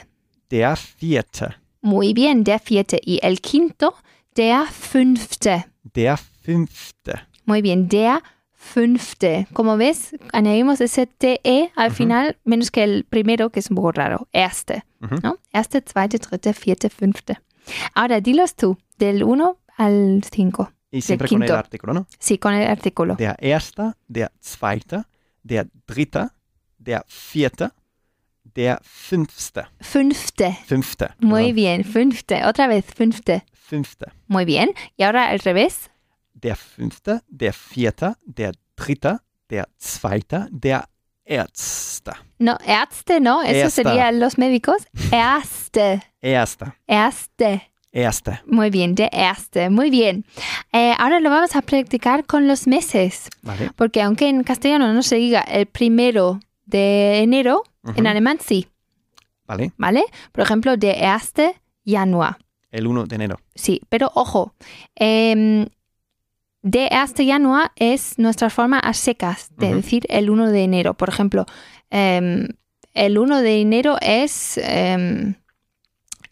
Speaker 3: Der Vierte.
Speaker 1: Muy bien, der vierte. Y el quinto, der fünfte.
Speaker 3: Der Fünfte.
Speaker 1: Muy bien, der fünfte. Como ves, añadimos ese TE e al final, menos que el primero, que es un poco raro. Erste.
Speaker 3: Ujú.
Speaker 1: ¿no? Erste, zweite, dritte, vierte, fünfte. Ahora, dilos tú, del 1 al 5.
Speaker 3: Y siempre con el
Speaker 1: quinto.
Speaker 3: artículo, ¿no?
Speaker 1: Sí, con el artículo.
Speaker 3: Der Erste, der Zweite, der Dritte, der Vierte, der Fünfte.
Speaker 1: Fünfte.
Speaker 3: Fünfte.
Speaker 1: Muy
Speaker 3: perdón.
Speaker 1: bien, fünfte. Otra vez, fünfte.
Speaker 3: Fünfte.
Speaker 1: Muy bien. Y ahora al revés.
Speaker 3: Der Fünfte, der Vierte, der Dritte, der Zweite, der Ärzte.
Speaker 1: No, E Ärzte, ¿no? Eso
Speaker 3: Erster.
Speaker 1: serían los médicos. E Erste,
Speaker 3: Erste.
Speaker 1: E erste.
Speaker 3: Erste.
Speaker 1: Muy bien, E de erste, muy bien. Eh, ahora lo vamos a practicar con los meses,
Speaker 3: Vale.
Speaker 1: porque aunque en castellano no se diga el primero de enero,
Speaker 3: Ujú.
Speaker 1: en alemán sí,
Speaker 3: Vale.
Speaker 1: ¿vale? Por ejemplo, de E erste Januar,
Speaker 3: El 1 de enero.
Speaker 1: sí, pero ojo, em, de E erste Januar es nuestra forma a secas de
Speaker 3: Ujú.
Speaker 1: decir el 1 de enero. Por ejemplo, em, el 1 de enero es... em,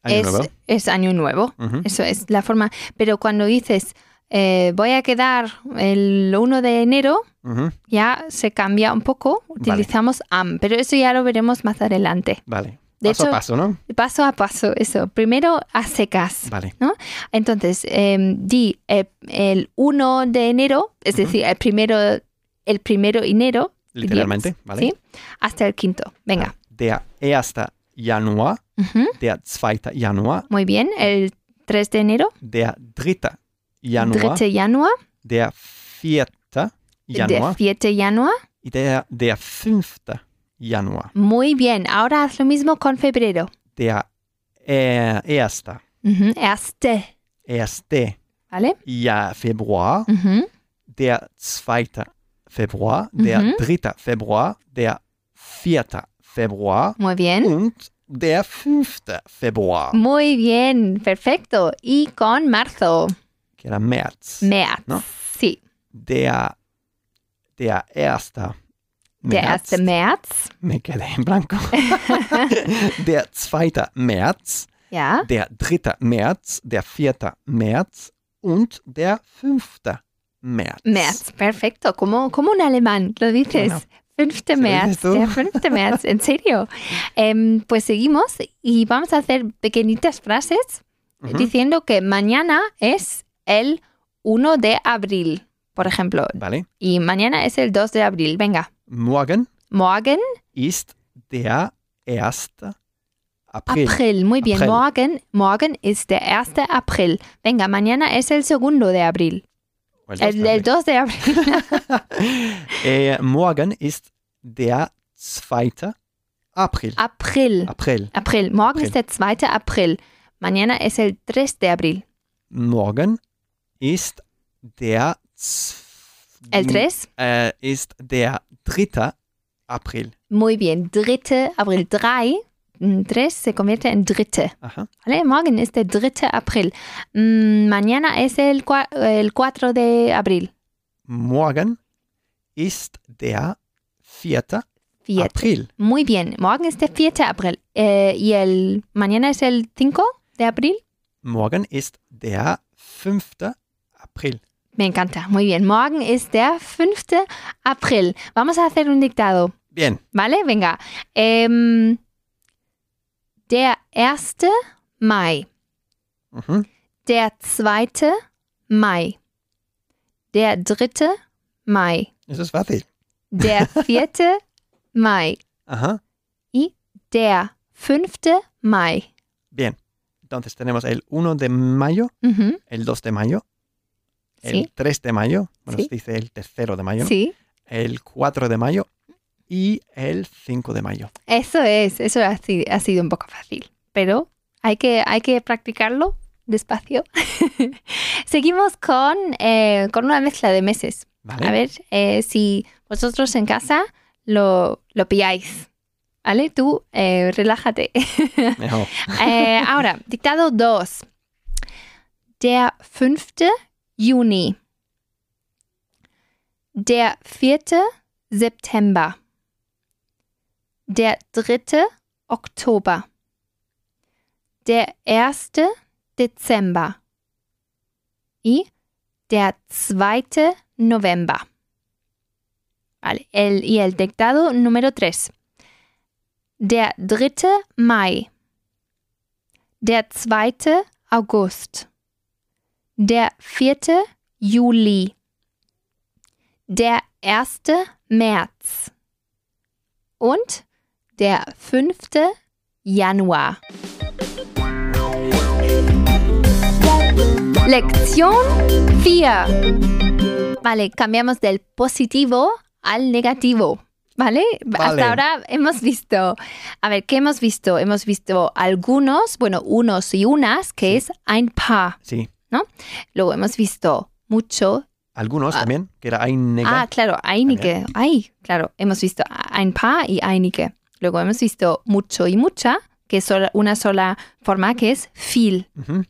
Speaker 3: Año
Speaker 1: es,
Speaker 3: nuevo.
Speaker 1: es año nuevo.
Speaker 3: Ujú.
Speaker 1: Eso es la forma. Pero cuando dices eh, voy a quedar el 1 de enero,
Speaker 3: Ujú.
Speaker 1: ya se cambia un poco. Utilizamos am, pero eso ya lo veremos más adelante.
Speaker 3: Vale.
Speaker 1: De
Speaker 3: paso
Speaker 1: hecho-
Speaker 3: a paso, ¿no?
Speaker 1: Paso a paso, eso. Primero a secas.
Speaker 3: Vale.
Speaker 1: Entonces, eh, di eh, el 1 de enero, es
Speaker 3: Ujú.
Speaker 1: decir, el primero, el primero enero. diríamos,
Speaker 3: Literalmente. Vale.
Speaker 1: ¿sí? Hasta el quinto. Venga.
Speaker 3: Der 1. Januar,
Speaker 1: Ujú,
Speaker 3: der 2. Januar,
Speaker 1: Muy bien. El 3 de enero,
Speaker 3: der 3. Januar,
Speaker 1: 3 de Januar,
Speaker 3: der 4.
Speaker 1: el
Speaker 3: Januar
Speaker 1: 7 de Januar.
Speaker 3: y Y der, der 5. Januar.
Speaker 1: Muy bien, ahora haz lo mismo con febrero.
Speaker 3: Der eh, 1.
Speaker 1: Ujú, Erste,
Speaker 3: 1.
Speaker 1: ¿vale?
Speaker 3: Ja, Februar.
Speaker 1: Ujú,
Speaker 3: Der 2. Februar. Der
Speaker 1: Mhm.
Speaker 3: 3. Februar. Der 4. Februar.
Speaker 1: Muy bien.
Speaker 3: Und der 5. Februar.
Speaker 1: Muy bien, perfecto. Y con marzo,
Speaker 3: Que era März.
Speaker 1: März.
Speaker 3: ¿No?
Speaker 1: Sí,
Speaker 3: Der, der 1.
Speaker 1: der
Speaker 3: März.
Speaker 1: 1. März.
Speaker 3: Me quedé en blanco. der 2. März,
Speaker 1: Ja,
Speaker 3: der 3. März, der 4. März und der 5. März.
Speaker 1: März, perfecto. Como, como un alemán, lo dices.
Speaker 3: Bueno.
Speaker 1: 5
Speaker 3: lo
Speaker 1: März,
Speaker 3: dices tú.
Speaker 1: der 5. März, en serio. Em, pues seguimos y vamos a hacer pequeñitas frases
Speaker 3: Ujú.
Speaker 1: diciendo que mañana es el 1 de abril, por ejemplo.
Speaker 3: Vale.
Speaker 1: Y mañana es el 2 de abril. Venga,
Speaker 3: Morgen
Speaker 1: morgen,
Speaker 3: ist der 1. April.
Speaker 1: April. Muy bien,
Speaker 3: April.
Speaker 1: morgen, morgen es der 1 de abril. Venga, mañana es el 2 de abril.
Speaker 3: Well, das
Speaker 1: El, el 2
Speaker 3: war
Speaker 1: de abril.
Speaker 3: richtig. äh, morgen ist der 2. April.
Speaker 1: April.
Speaker 3: April.
Speaker 1: April. Morgen
Speaker 3: April.
Speaker 1: ist der 2. April. Mañana es el 3 de abril.
Speaker 3: Morgen ist der z-
Speaker 1: El 3.
Speaker 3: äh, ist der 3. April.
Speaker 1: Muy bien. 3. Abril. 3. 3 se convierte en 3.
Speaker 3: Aha.
Speaker 1: ¿Vale? Morgen es el 3 abril. Mm, mañana es el, cua- el 4 de abril.
Speaker 3: Morgen ist der 4.
Speaker 1: Fiat.
Speaker 3: April.
Speaker 1: Muy bien. Morgen es el 4 abril. Eh, ¿Y el mañana es el 5 de abril?
Speaker 3: Morgen ist der 5. April.
Speaker 1: Me encanta. Muy bien. Morgen es el 5 abril. Vamos a hacer un dictado.
Speaker 3: Bien.
Speaker 1: ¿Vale? Venga. Em, der 1. Mai.
Speaker 3: Mhm.
Speaker 1: Der 2. Mai. Der 3. Mai.
Speaker 3: Es ist fertig.
Speaker 1: Der 4. Mai.
Speaker 3: Aha.
Speaker 1: Der 5. Mai.
Speaker 3: Bien. Entonces tenemos el 1 de mayo,
Speaker 1: Ujú,
Speaker 3: el 2 de mayo, el
Speaker 1: Mhm. Sí.
Speaker 3: 3 de mayo, bueno,
Speaker 1: Sí.
Speaker 3: se dice el 3 de mayo,
Speaker 1: Sí.
Speaker 3: el 4 de mayo y el 5 de mayo.
Speaker 1: Eso es. Eso ha, si- ha sido un poco fácil. Pero hay que, hay que practicarlo despacio. Seguimos con, eh, con una mezcla de meses.
Speaker 3: ¿Vale?
Speaker 1: A ver eh, si vosotros en casa lo, lo pilláis. ¿Vale? Tú eh, relájate.
Speaker 3: Mejor.
Speaker 1: Eh, ahora, dictado 2. Der 5. Juni. Der 4. September. Der 3. Oktober. Der 1. Dezember. Y der 2. November. Vale, el, y el dictado número 3. Der 3. Mai. Der 2. August. Der 4. Juli. Der 1. März. Und der 5. Januar. Lección 4. Vale, cambiamos del positivo al negativo. ¿Vale?
Speaker 3: Vale.
Speaker 1: Hasta ahora hemos visto. A ver, ¿qué hemos visto? Hemos visto algunos, bueno, unos y unas, que es ein paar.
Speaker 3: Sí.
Speaker 1: Luego hemos visto mucho.
Speaker 3: Algunos
Speaker 1: Ah.
Speaker 3: también, que era ein
Speaker 1: Ah,
Speaker 3: Neger.
Speaker 1: claro, einige. Ay, claro, hemos visto ein paar y einige. Luego hemos visto mucho y mucha, que es sola- una sola forma, que es viel.
Speaker 3: Mhm.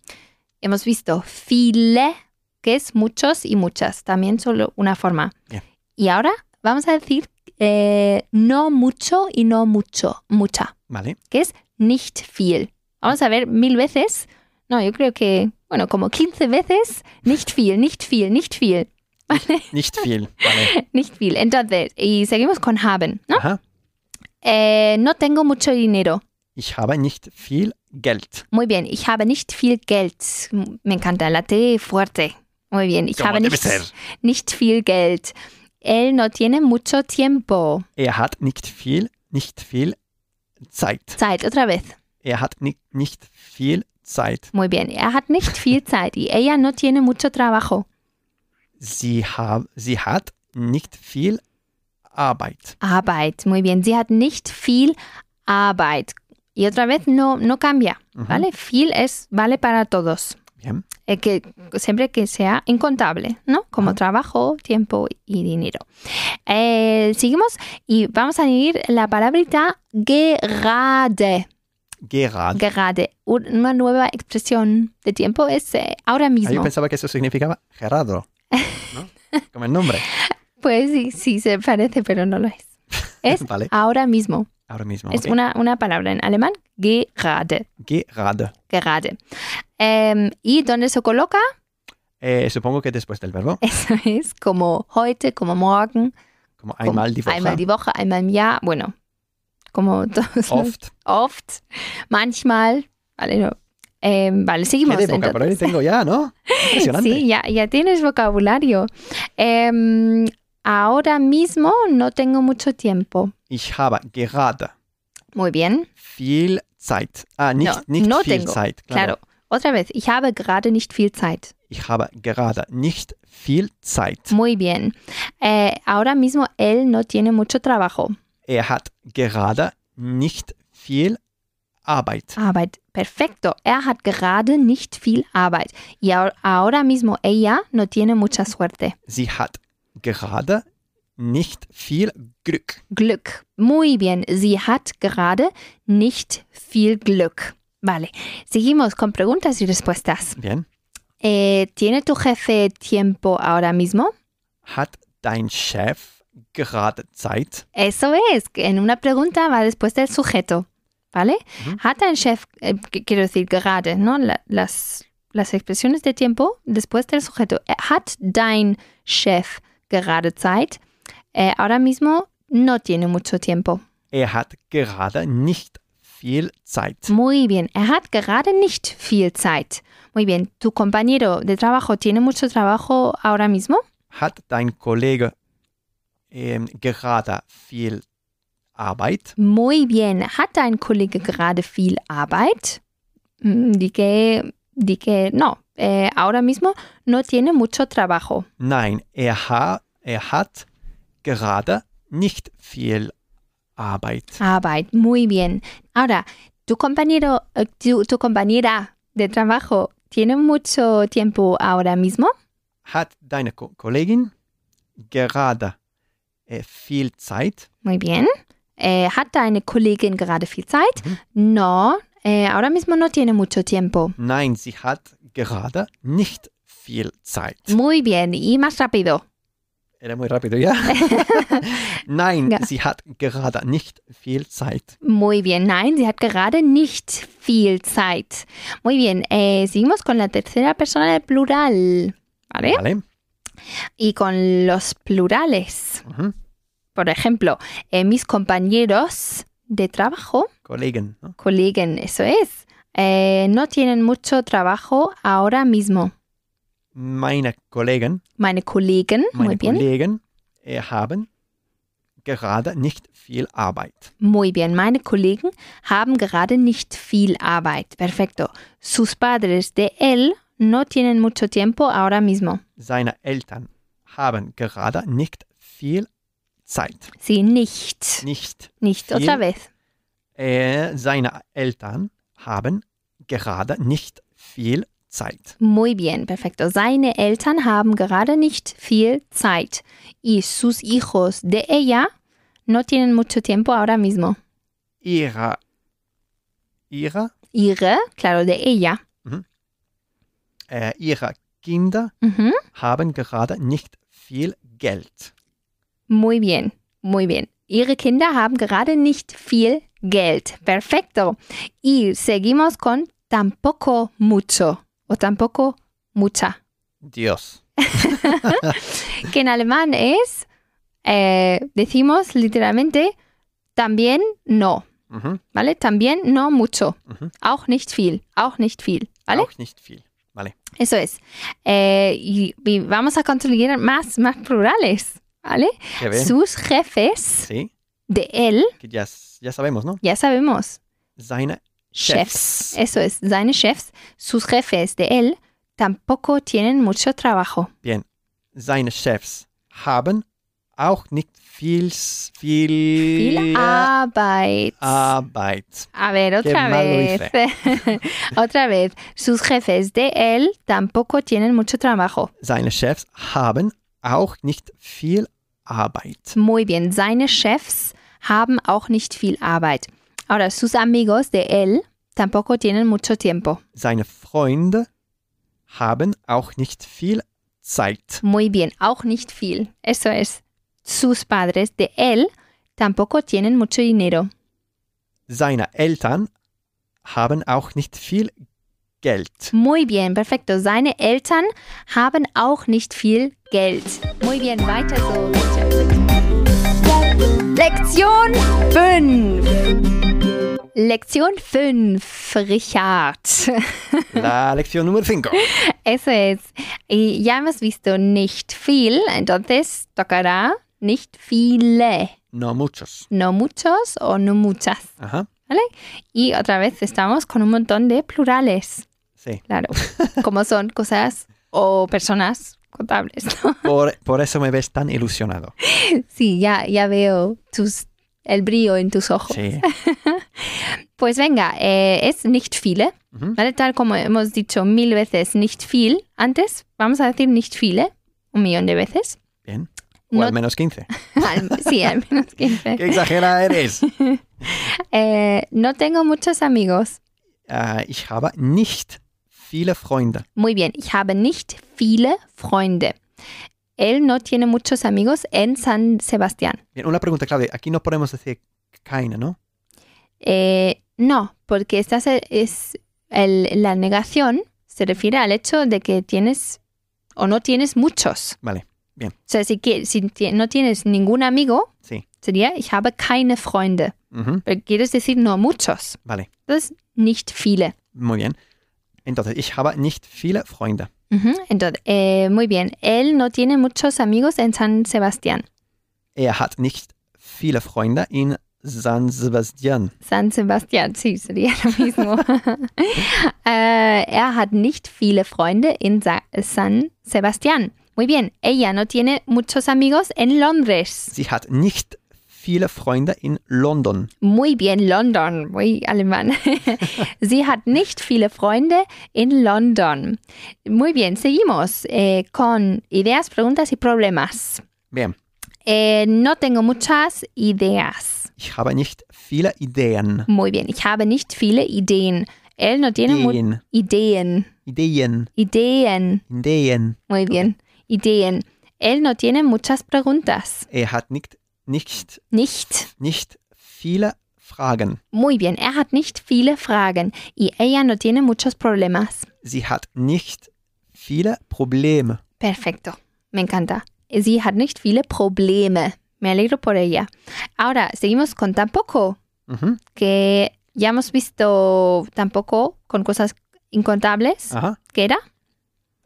Speaker 1: hemos visto file, que es muchos y muchas, también solo una forma.
Speaker 3: Bien.
Speaker 1: Y ahora vamos a decir eh, no mucho y no mucho, mucha,
Speaker 3: Vale.
Speaker 1: que es nicht viel. Vamos a ver mil veces, no, yo creo que, bueno, como 15 veces, nicht viel, nicht viel, nicht viel,
Speaker 3: Nicht viel. Vale.
Speaker 1: nicht viel. Entonces, y seguimos con haben, ¿no?
Speaker 3: Aha.
Speaker 1: Eh, no tengo mucho dinero.
Speaker 3: Ich habe nicht viel Geld.
Speaker 1: Muy bien, ich habe nicht viel Geld. Me encanta la T fuerte. Muy bien, ich
Speaker 3: Como
Speaker 1: habe
Speaker 3: debe
Speaker 1: nicht,
Speaker 3: ser.
Speaker 1: nicht viel Geld. Él no tiene mucho tiempo.
Speaker 3: Er hat nicht viel, nicht viel Zeit.
Speaker 1: Zeit, otra vez.
Speaker 3: Er hat nicht, nicht viel Zeit.
Speaker 1: Muy bien, er hat nicht viel Zeit y ella no tiene mucho trabajo.
Speaker 3: Sie, hab, sie hat nicht viel Arbeit.
Speaker 1: Arbeit. Muy bien. Sie hat nicht viel Arbeit. Y otra vez no, no cambia,
Speaker 3: Ujú.
Speaker 1: ¿vale? Viel es vale para todos.
Speaker 3: Bien.
Speaker 1: Eh, que siempre que sea incontable, ¿no? Como trabajo, tiempo y dinero. Eh, seguimos y vamos a añadir la palabrita gerade.
Speaker 3: Gerade.
Speaker 1: Gerade. Un- Una nueva expresión de tiempo es eh, ahora
Speaker 3: Ah, yo
Speaker 1: mismo.
Speaker 3: pensaba que eso significaba Gerardo. ¿no? Como el nombre.
Speaker 1: Pues sí, sí se parece, pero no lo es. Es
Speaker 3: Vale,
Speaker 1: ahora mismo.
Speaker 3: ahora mismo.
Speaker 1: Es
Speaker 3: Ah, ok.
Speaker 1: una, una palabra en alemán, gerade.
Speaker 3: Gerade.
Speaker 1: gerade. Em, ¿Y dónde se coloca?
Speaker 3: Eh, supongo que después del verbo,
Speaker 1: Eso es como heute, como morgen,
Speaker 3: como
Speaker 1: como
Speaker 3: einmal die Woche,
Speaker 1: einmal die Woche, einmal im Jahr, bueno, como todos.
Speaker 3: oft.
Speaker 1: Oft, manchmal, vale, no. Em, vale,
Speaker 3: Qué
Speaker 1: seguimos.
Speaker 3: de vocabulario
Speaker 1: entonces.
Speaker 3: tengo ya, ¿no? Impresionante.
Speaker 1: Sí, ya, ya tienes vocabulario. Em, ahora mismo no tengo mucho tiempo.
Speaker 3: Ich habe gerade
Speaker 1: Muy bien,
Speaker 3: viel Zeit. Ah, nicht,
Speaker 1: No,
Speaker 3: nicht
Speaker 1: no
Speaker 3: viel
Speaker 1: tengo.
Speaker 3: Zeit.
Speaker 1: claro. Otra vez, ich habe gerade nicht viel Zeit.
Speaker 3: Ich habe gerade nicht viel Zeit.
Speaker 1: Muy bien. Eh, ahora mismo él no tiene mucho trabajo.
Speaker 3: Er hat gerade nicht viel Arbeit.
Speaker 1: Arbeit. Perfecto. Er hat gerade nicht viel Arbeit. Y ahor- ahora mismo ella no tiene mucha suerte.
Speaker 3: Sie hat gerade nicht viel Glück.
Speaker 1: Glück. Muy bien. Sie hat gerade nicht viel Glück. Vale. Seguimos con preguntas y respuestas.
Speaker 3: Bien.
Speaker 1: Eh, ¿Tiene tu jefe tiempo ahora mismo?
Speaker 3: Hat dein Chef gerade Zeit?
Speaker 1: Eso es. que En una pregunta va después del sujeto. ¿Vale?
Speaker 3: Ujú.
Speaker 1: Hat ein Chef, eh, qu- quiero decir gerade, ¿no? La- las, las expresiones de tiempo después del sujeto. Eh, Hat dein Chef gerade Zeit? Eh, ahora mismo no tiene mucho tiempo.
Speaker 3: Er hat gerade nicht viel Zeit.
Speaker 1: Muy bien. Er hat gerade nicht viel Zeit. Muy bien. ¿Tu compañero de trabajo tiene mucho trabajo ahora mismo?
Speaker 3: Hat dein Kollege ähm, gerade viel Arbeit?
Speaker 1: Muy bien. Hat dein Kollege gerade viel Arbeit? Mm, Di que, di que no. Eh, ahora mismo no tiene mucho trabajo.
Speaker 3: Nein, er, ha er hat gerade nicht viel Arbeit.
Speaker 1: Arbeit. Muy bien. Ahora, tu compañero, eh, tu, tu compañera de trabajo tiene mucho tiempo ahora mismo.
Speaker 3: Hat deine Ko Kollegin gerade äh, viel Zeit?
Speaker 1: Muy bien. Eh, hat deine Kollegin gerade viel Zeit? No. Eh, ahora mismo no tiene mucho tiempo.
Speaker 3: Nein, sie hat gerade nicht viel Zeit. Äh,
Speaker 1: Muy bien. Y más rápido.
Speaker 3: Era muy rápido, ja? Nein,
Speaker 1: Ja.
Speaker 3: sie hat gerade nicht viel Zeit.
Speaker 1: Muy bien, nein, sie hat gerade nicht viel Zeit. Muy bien, eh, seguimos con la tercera persona del plural, ¿vale?
Speaker 3: Vale.
Speaker 1: Y con los plurales.
Speaker 3: Mhm.
Speaker 1: Por ejemplo, eh, mis compañeros de trabajo,
Speaker 3: Kollegen. Ne?
Speaker 1: coleguen, eso es, eh, no tienen mucho trabajo ahora mismo.
Speaker 3: Meine Kollegen,
Speaker 1: Meine Kollegen, muy
Speaker 3: meine
Speaker 1: bien,
Speaker 3: Kollegen äh, haben gerade nicht viel Arbeit.
Speaker 1: muy bien, meine Kollegen haben gerade nicht viel Arbeit. Perfecto. Sus padres de él no tienen mucho tiempo ahora mismo.
Speaker 3: Seine Eltern haben gerade nicht viel Zeit.
Speaker 1: Sie nicht.
Speaker 3: Nicht.
Speaker 1: Nicht.
Speaker 3: Viel.
Speaker 1: Otra vez.
Speaker 3: Äh, seine Eltern haben gerade nicht viel Zeit.
Speaker 1: Muy bien, perfecto. Seine Eltern haben gerade nicht viel Zeit. Y sus hijos de ella no tienen mucho tiempo ahora mismo.
Speaker 3: Ihre, ihre,
Speaker 1: Ihre, claro, de ella.
Speaker 3: äh, ihre Kinder
Speaker 1: Ujú.
Speaker 3: haben gerade nicht viel Geld.
Speaker 1: Muy bien, muy bien. Ihre Kinder haben gerade nicht viel Geld. Perfecto. Y seguimos con tampoco mucho o tampoco mucha.
Speaker 3: Dios.
Speaker 1: que en alemán es, eh, decimos literalmente, también no,
Speaker 3: Mhm.
Speaker 1: ¿vale? También no mucho,
Speaker 3: Mhm.
Speaker 1: auch nicht viel, auch nicht viel, ¿vale?
Speaker 3: Auch nicht viel. Vale.
Speaker 1: Eso es. Eh, y, y vamos a conseguir más, más plurales, ¿vale?
Speaker 3: Qué bien.
Speaker 1: Sus jefes
Speaker 3: Sí.
Speaker 1: de él,
Speaker 3: que ya, s- ya sabemos, ¿no?
Speaker 1: ya sabemos,
Speaker 3: Seine
Speaker 1: chefs.
Speaker 3: Chefs.
Speaker 1: Eso es, seine chefs, sus jefes de él tampoco tienen mucho trabajo.
Speaker 3: Bien. Seine Chefs haben auch nicht viel, viel,
Speaker 1: Viel Arbeit.
Speaker 3: Ah, Arbeit.
Speaker 1: Ah, A ver, otra
Speaker 3: mal lo
Speaker 1: vez. otra vez. Sus jefes de él tampoco tienen mucho trabajo.
Speaker 3: Seine Chefs haben auch nicht viel Arbeit.
Speaker 1: Muy bien. Seine Chefs haben auch nicht viel Arbeit. Ahora, sus amigos de él tampoco tienen mucho tiempo.
Speaker 3: Seine Freunde haben auch nicht viel Zeit.
Speaker 1: Muy bien. Auch nicht viel. Eso es. Sus padres de él tampoco tienen mucho dinero.
Speaker 3: Seine Eltern haben auch nicht viel Geld.
Speaker 1: Muy bien. Perfecto. Seine Eltern haben auch nicht viel Geld. Muy bien. Weiter so. Lektion 5. Lektion 5, Richard.
Speaker 3: La lección número 5.
Speaker 1: Eso es. Y ya hemos visto nicht viel, entonces tocará nicht viele,
Speaker 3: No muchos.
Speaker 1: no muchos o no muchas.
Speaker 3: Ajá.
Speaker 1: Y otra vez estamos con un montón de plurales,
Speaker 3: Sí.
Speaker 1: claro, como son cosas o personas contables. ¿no?
Speaker 3: Por, por eso me ves tan ilusionado.
Speaker 1: Sí, ya, ya veo tus, el brillo en tus ojos.
Speaker 3: Sí.
Speaker 1: Pues venga, eh, es nicht viele,
Speaker 3: Ujú.
Speaker 1: ¿vale? Tal como hemos dicho mil veces nicht viel, antes vamos a decir nicht viele, un millón de veces.
Speaker 3: Bien. O
Speaker 1: No-
Speaker 3: al menos 15.
Speaker 1: al- sí, al menos 15.
Speaker 3: ¡Qué exagerada eres!
Speaker 1: Eh, no tengo muchos amigos.
Speaker 3: Äh, ich habe nicht viele Freunde.
Speaker 1: Muy bien, ich habe nicht viele Freunde. Él no tiene muchos amigos en San Sebastián.
Speaker 3: Bien, una pregunta, Claudia. Aquí no podemos decir keine, ¿no?
Speaker 1: Eh, no, porque esta se- es el- la negación se refiere al hecho de que tienes o no tienes muchos.
Speaker 3: Vale, bien.
Speaker 1: O sea, si, quie- si ti- no tienes ningún amigo,
Speaker 3: Sí.
Speaker 1: sería ich habe keine Freunde.
Speaker 3: Ujú,
Speaker 1: Pero quieres decir no muchos.
Speaker 3: Vale,
Speaker 1: Entonces, nicht viele.
Speaker 3: muy bien. Entonces, ich habe nicht viele Freunde.
Speaker 1: Ujú, Entonces, eh, muy bien. Él no tiene muchos amigos en San Sebastián.
Speaker 3: Er hat nicht viele Freunde in San Sebastian.
Speaker 1: San Sebastián, sí, sería lo mismo. Eh, er hat nicht viele Freunde in Sa San Sebastián. Muy bien. Ella no tiene muchos amigos en Londres.
Speaker 3: Sie hat nicht viele Freunde in London.
Speaker 1: Muy bien, London. Muy alemán. Sie hat nicht viele Freunde en London. Muy bien, seguimos eh, con ideas, preguntas y problemas.
Speaker 3: Bien,
Speaker 1: Eh, no tengo muchas ideas.
Speaker 3: ich habe nicht viele Ideen.
Speaker 1: Muy bien, ich habe nicht viele Ideen. Él no tiene mu-
Speaker 3: Ideen.
Speaker 1: Ideen.
Speaker 3: Ideen.
Speaker 1: Ideen.
Speaker 3: Ideen.
Speaker 1: Muy bien. Ideen. Él no tiene muchas preguntas.
Speaker 3: Er hat nicht, nicht,
Speaker 1: Nicht.
Speaker 3: nicht viele Fragen.
Speaker 1: Muy bien. Er hat nicht viele Fragen. Y ella no tiene muchos problemas.
Speaker 3: Sie hat nicht viele Probleme.
Speaker 1: Perfecto. Me encanta. Sie hat nicht viele Probleme. Me alegro por ella. Ahora, seguimos con tampoco.
Speaker 3: Mhm.
Speaker 1: Que ya hemos visto tampoco con cosas incontables.
Speaker 3: Aha.
Speaker 1: ¿Qué era?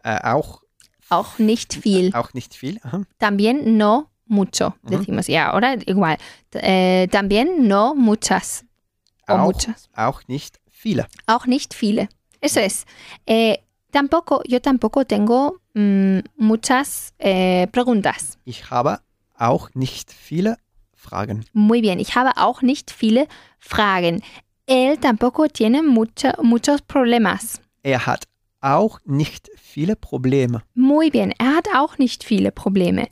Speaker 3: Äh, auch,
Speaker 1: Auch
Speaker 3: Ah.
Speaker 1: nicht viel.
Speaker 3: auch nicht viel. Aha.
Speaker 1: también no mucho,
Speaker 3: Ujú.
Speaker 1: decimos. Y ahora igual, t- eh, también no muchas o
Speaker 3: Auch,
Speaker 1: muchas.
Speaker 3: auch nicht viele.
Speaker 1: Auch nicht viele. Eso es. Eh, tampoco, yo tampoco tengo mm, muchas eh, preguntas.
Speaker 3: Ich habe auch nicht viele Fragen.
Speaker 1: Muy bien, ich habe auch nicht viele Fragen. Él tampoco tiene mucha- muchos problemas.
Speaker 3: Er hat auch nicht viele Probleme.
Speaker 1: Muy bien, er hat auch nicht viele Probleme.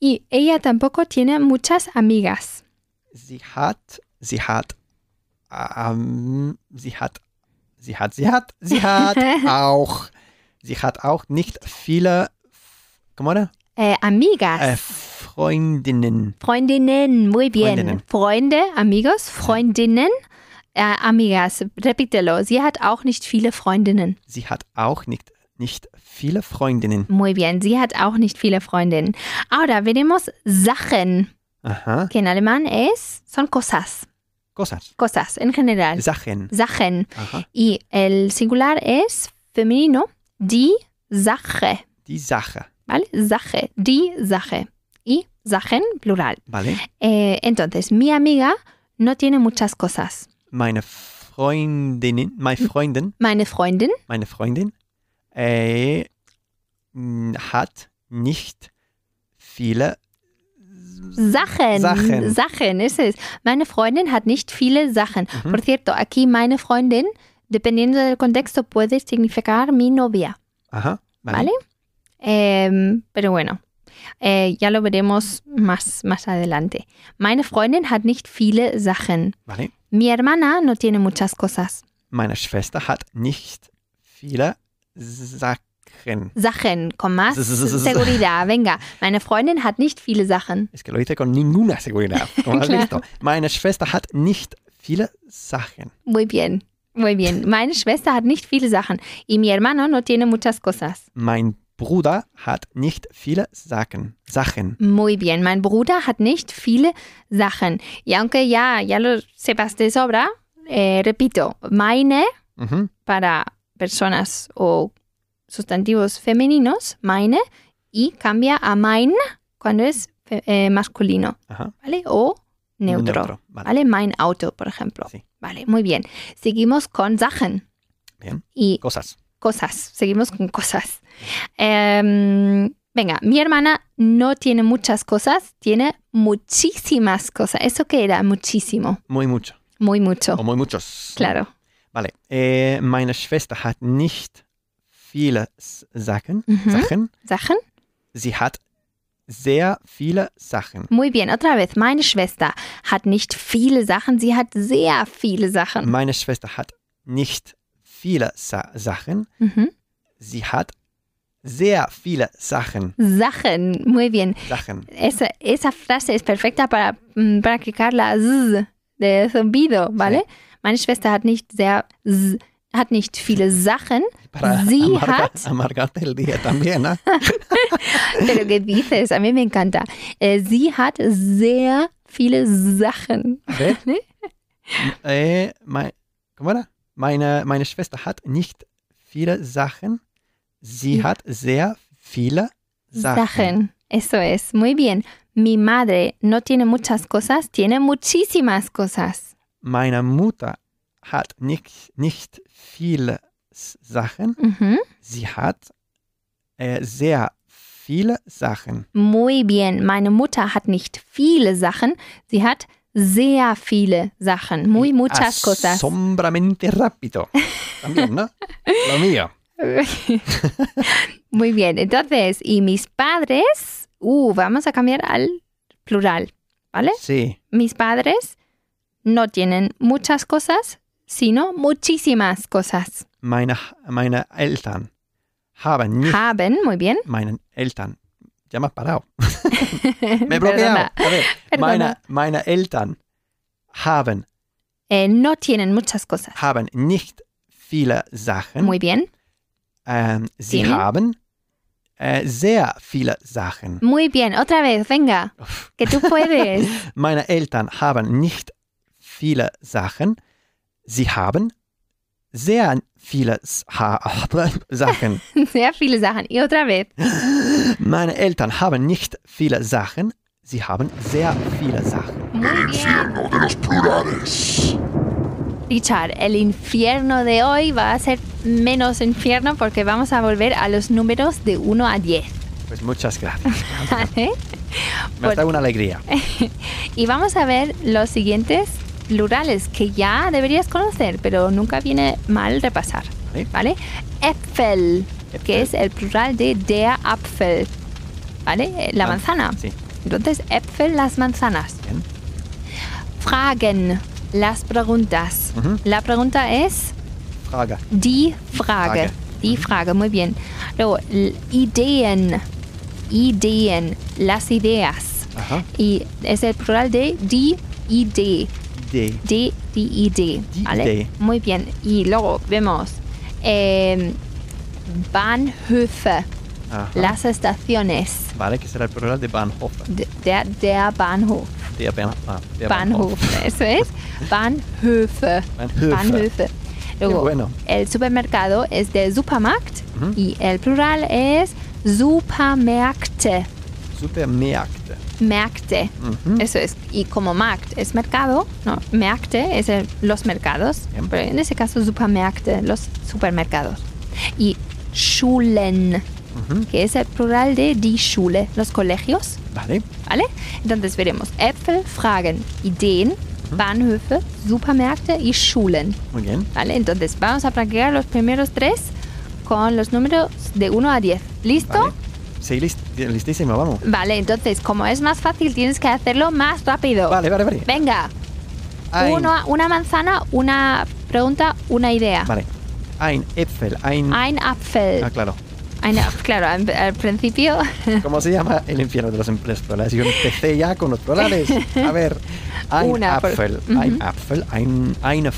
Speaker 1: Y ella tampoco tiene muchas amigas.
Speaker 3: Sie hat, sie hat, ähm, sie hat, sie hat, sie hat, sie hat auch, sie hat auch nicht viele, F- komm mal,
Speaker 1: Eh, amigas.
Speaker 3: äh, Freundinnen.
Speaker 1: Freundinnen, muy bien.
Speaker 3: Freundinnen.
Speaker 1: Freunde, amigos, Freundinnen, äh, amigas. Repítelo. Sie hat auch nicht viele Freundinnen.
Speaker 3: Sie hat auch nicht, nicht viele Freundinnen.
Speaker 1: Muy bien. Sie hat auch nicht viele Freundinnen. Ahora veremos Sachen,
Speaker 3: Aha.
Speaker 1: que en alemán es, son cosas.
Speaker 3: Cosas.
Speaker 1: Cosas, en general.
Speaker 3: Sachen.
Speaker 1: Sachen.
Speaker 3: Aha.
Speaker 1: Y el singular es femenino, die Sache.
Speaker 3: Die Sache.
Speaker 1: ¿Vale? Sache, die Sache. Y Sachen, plural.
Speaker 3: Vale.
Speaker 1: Eh, entonces, mi amiga no tiene muchas cosas.
Speaker 3: meine Freundinnen, meine Freundin,
Speaker 1: Meine Freundin
Speaker 3: meine Freundin äh, m, hat nicht viele
Speaker 1: Sachen.
Speaker 3: Sachen.
Speaker 1: Sachen ist es. Meine Freundin hat nicht viele Sachen.
Speaker 3: mhm,
Speaker 1: Por cierto, aquí meine Freundin, dependiendo del contexto, puede significar mi novia.
Speaker 3: Ajá.
Speaker 1: ¿Vale? Em, pero bueno, eh, ya lo veremos más, más adelante. Meine Freundin hat nicht viele Sachen.
Speaker 3: Vale.
Speaker 1: Mi hermana no tiene muchas cosas.
Speaker 3: Meine Schwester hat nicht viele Sachen.
Speaker 1: Sachen, con más
Speaker 3: S- s- s- s-
Speaker 1: seguridad. Venga, meine Freundin hat nicht viele Sachen.
Speaker 3: Es que lo hice con ninguna seguridad. Como has
Speaker 1: Claro.
Speaker 3: visto. Meine Schwester hat nicht viele Sachen.
Speaker 1: Muy bien, muy bien. Meine Schwester hat nicht viele Sachen. Y mi hermano no tiene muchas cosas.
Speaker 3: Mein Bruder hat nicht viele Sachen. Sachen.
Speaker 1: Muy bien, mein Bruder hat nicht viele Sachen. Y aunque ya, ya lo sepas de sobra, eh, repito, meine
Speaker 3: Mhm.
Speaker 1: para personas o sustantivos femeninos, meine, y cambia a mein cuando es fe- eh, masculino,
Speaker 3: Ajá.
Speaker 1: ¿vale? O neutro.
Speaker 3: Vale.
Speaker 1: ¿Vale? Mein Auto, por ejemplo.
Speaker 3: Sí.
Speaker 1: Vale, muy bien. Seguimos con Sachen.
Speaker 3: Bien.
Speaker 1: Y
Speaker 3: Cosas.
Speaker 1: cosas. Seguimos con cosas. Em, venga, mi hermana no tiene muchas cosas, tiene muchísimas cosas. ¿Eso qué era? Muchísimo.
Speaker 3: Muy mucho.
Speaker 1: Muy mucho.
Speaker 3: O muy muchos.
Speaker 1: Claro.
Speaker 3: Vale. Äh, meine Schwester hat nicht viele S- Sachen.
Speaker 1: Mhm.
Speaker 3: Sachen.
Speaker 1: Sachen.
Speaker 3: Sie hat sehr viele Sachen.
Speaker 1: Muy bien. Otra vez. Meine Schwester hat nicht viele Sachen, sie hat sehr viele Sachen.
Speaker 3: Meine Schwester hat nicht viele Sa Sachen.
Speaker 1: Mhm.
Speaker 3: Sie hat sehr viele Sachen.
Speaker 1: Sachen. Muy bien.
Speaker 3: Sachen.
Speaker 1: Esa, esa frase es perfecta para mm, practicar la Z de zumbido, ¿vale? Meine Schwester hat nicht sehr Z, hat nicht viele Sachen,
Speaker 3: Para
Speaker 1: Sie
Speaker 3: amarga-
Speaker 1: hat-
Speaker 3: amargarte el día también, ¿eh?
Speaker 1: pero ¿qué dices? A mí me encanta. Eh, sie hat sehr viele Sachen.
Speaker 3: A ver.
Speaker 1: ¿Eh?
Speaker 3: Äh, mein, ¿Cómo era? Meine, meine Schwester hat nicht viele Sachen. Sie
Speaker 1: Ja.
Speaker 3: hat sehr viele Sachen.
Speaker 1: Eso es. Muy bien. Mi madre no tiene muchas cosas, tiene muchísimas cosas.
Speaker 3: Meine Mutter hat nicht, nicht viele S- Sachen.
Speaker 1: Ujú.
Speaker 3: Sie hat äh, sehr viele Sachen.
Speaker 1: Muy bien. Meine Mutter hat nicht viele Sachen, sie hat sehr viele Sachen. Muy muchas cosas.
Speaker 3: Asombramente rápido. También, ¿no? Lo mío.
Speaker 1: Muy bien, entonces, y mis padres, uh, vamos a cambiar al plural, ¿vale?
Speaker 3: Sí.
Speaker 1: Mis padres no tienen muchas cosas, sino muchísimas cosas.
Speaker 3: Meine, meine Eltern haben nicht.
Speaker 1: Haben, Ah, muy bien.
Speaker 3: Meinen Eltern. Ya me has parado. Me he bloqueado.
Speaker 1: Perdona,
Speaker 3: A ver, meine,
Speaker 1: perdona.
Speaker 3: meine Eltern haben,
Speaker 1: Eh, no tienen muchas cosas.
Speaker 3: haben nicht viele Sachen.
Speaker 1: Muy bien,
Speaker 3: Ähm, sie
Speaker 1: Tienen?
Speaker 3: haben äh, sehr viele Sachen.
Speaker 1: muy bien. Otra vez, venga,
Speaker 3: Uff.
Speaker 1: que tú puedes.
Speaker 3: Meine Eltern haben nicht viele Sachen. Sie haben sehr viele S- ha Sachen.
Speaker 1: Sehr viele Sachen. Y otra vez.
Speaker 3: Meine Eltern haben nicht viele Sachen. Sie haben sehr viele Sachen.
Speaker 1: Muy bien.
Speaker 4: infierno de los plurales.
Speaker 1: Richard, el infierno de hoy va a ser menos infierno porque vamos a volver a los números de 1 a 10.
Speaker 3: Pues muchas gracias.
Speaker 1: ¿vale?
Speaker 3: Me has dado una alegría.
Speaker 1: Y vamos a ver los siguientes plurales que ya deberías conocer, pero nunca viene mal repasar.
Speaker 3: Vale.
Speaker 1: ¿Vale? Äpfel, que
Speaker 3: Äpfel.
Speaker 1: es el plural de der Apfel. ¿Vale? Eh, La
Speaker 3: Man-
Speaker 1: manzana.
Speaker 3: Ah, sí.
Speaker 1: Entonces, Äpfel, las manzanas.
Speaker 3: Bien.
Speaker 1: Fragen, las preguntas.
Speaker 3: Ujú.
Speaker 1: La pregunta es
Speaker 3: Frage.
Speaker 1: die Frage.
Speaker 3: Frage.
Speaker 1: Die Frage, muy bien. Luego, l- Ideen. Ideen, las ideas.
Speaker 3: Ajá.
Speaker 1: Y es el plural de die Idee.
Speaker 3: D.
Speaker 1: D, D, I, D.
Speaker 3: Die
Speaker 1: ¿vale?
Speaker 3: Idee.
Speaker 1: Muy bien. Y luego vemos eh, Bahnhöfe,
Speaker 3: Ajá.
Speaker 1: las estaciones.
Speaker 3: Vale, que será el plural de Bahnhof.
Speaker 1: de- Der, der Bahnhof.
Speaker 3: Der, Bahn- ah, der
Speaker 1: Bahnhof, eso es. Bahnhöfe.
Speaker 3: Bahnhöfe.
Speaker 1: Bahnhöfe. Luego,
Speaker 3: Qué bueno.
Speaker 1: el supermercado es de Supermarkt
Speaker 3: Ujú.
Speaker 1: y el plural es Supermärkte.
Speaker 3: Supermärkte.
Speaker 1: Märkte.
Speaker 3: Ujú.
Speaker 1: Eso es. Y como Markt es mercado, ¿no? Märkte es el- los mercados.
Speaker 3: Bien.
Speaker 1: Pero en ese caso, Supermärkte, los supermercados. Y Schulen,
Speaker 3: Ujú.
Speaker 1: que es el plural de die Schule, los colegios.
Speaker 3: Vale.
Speaker 1: ¿Vale? Entonces veremos Äpfel, Fragen, Ideen, Bahnhöfe, Supermärkte y Schulen.
Speaker 3: Muy bien.
Speaker 1: ¿Vale? Entonces vamos a practicar los primeros tres con los números de 1 a 10. ¿Listo?
Speaker 3: Vale.
Speaker 1: Vale.
Speaker 3: Sí, list- listísimo, vamos.
Speaker 1: entonces como es más fácil tienes que hacerlo más rápido.
Speaker 3: Vale, vale, vale.
Speaker 1: Venga,
Speaker 3: Ein-
Speaker 1: uno- una manzana, una pregunta, una idea.
Speaker 3: Vale. Ein Äpfel, ein.
Speaker 1: Ein Apfel.
Speaker 3: Ah, claro.
Speaker 1: Ein Apf- claro, al, al principio
Speaker 3: ¿Cómo se llama el infierno de los em- las plurales? Yo empecé ya con los plurales. A ver. Ein
Speaker 1: Una, por-
Speaker 3: Apfel,
Speaker 1: Ujú.
Speaker 3: ein Apfel, ein, eine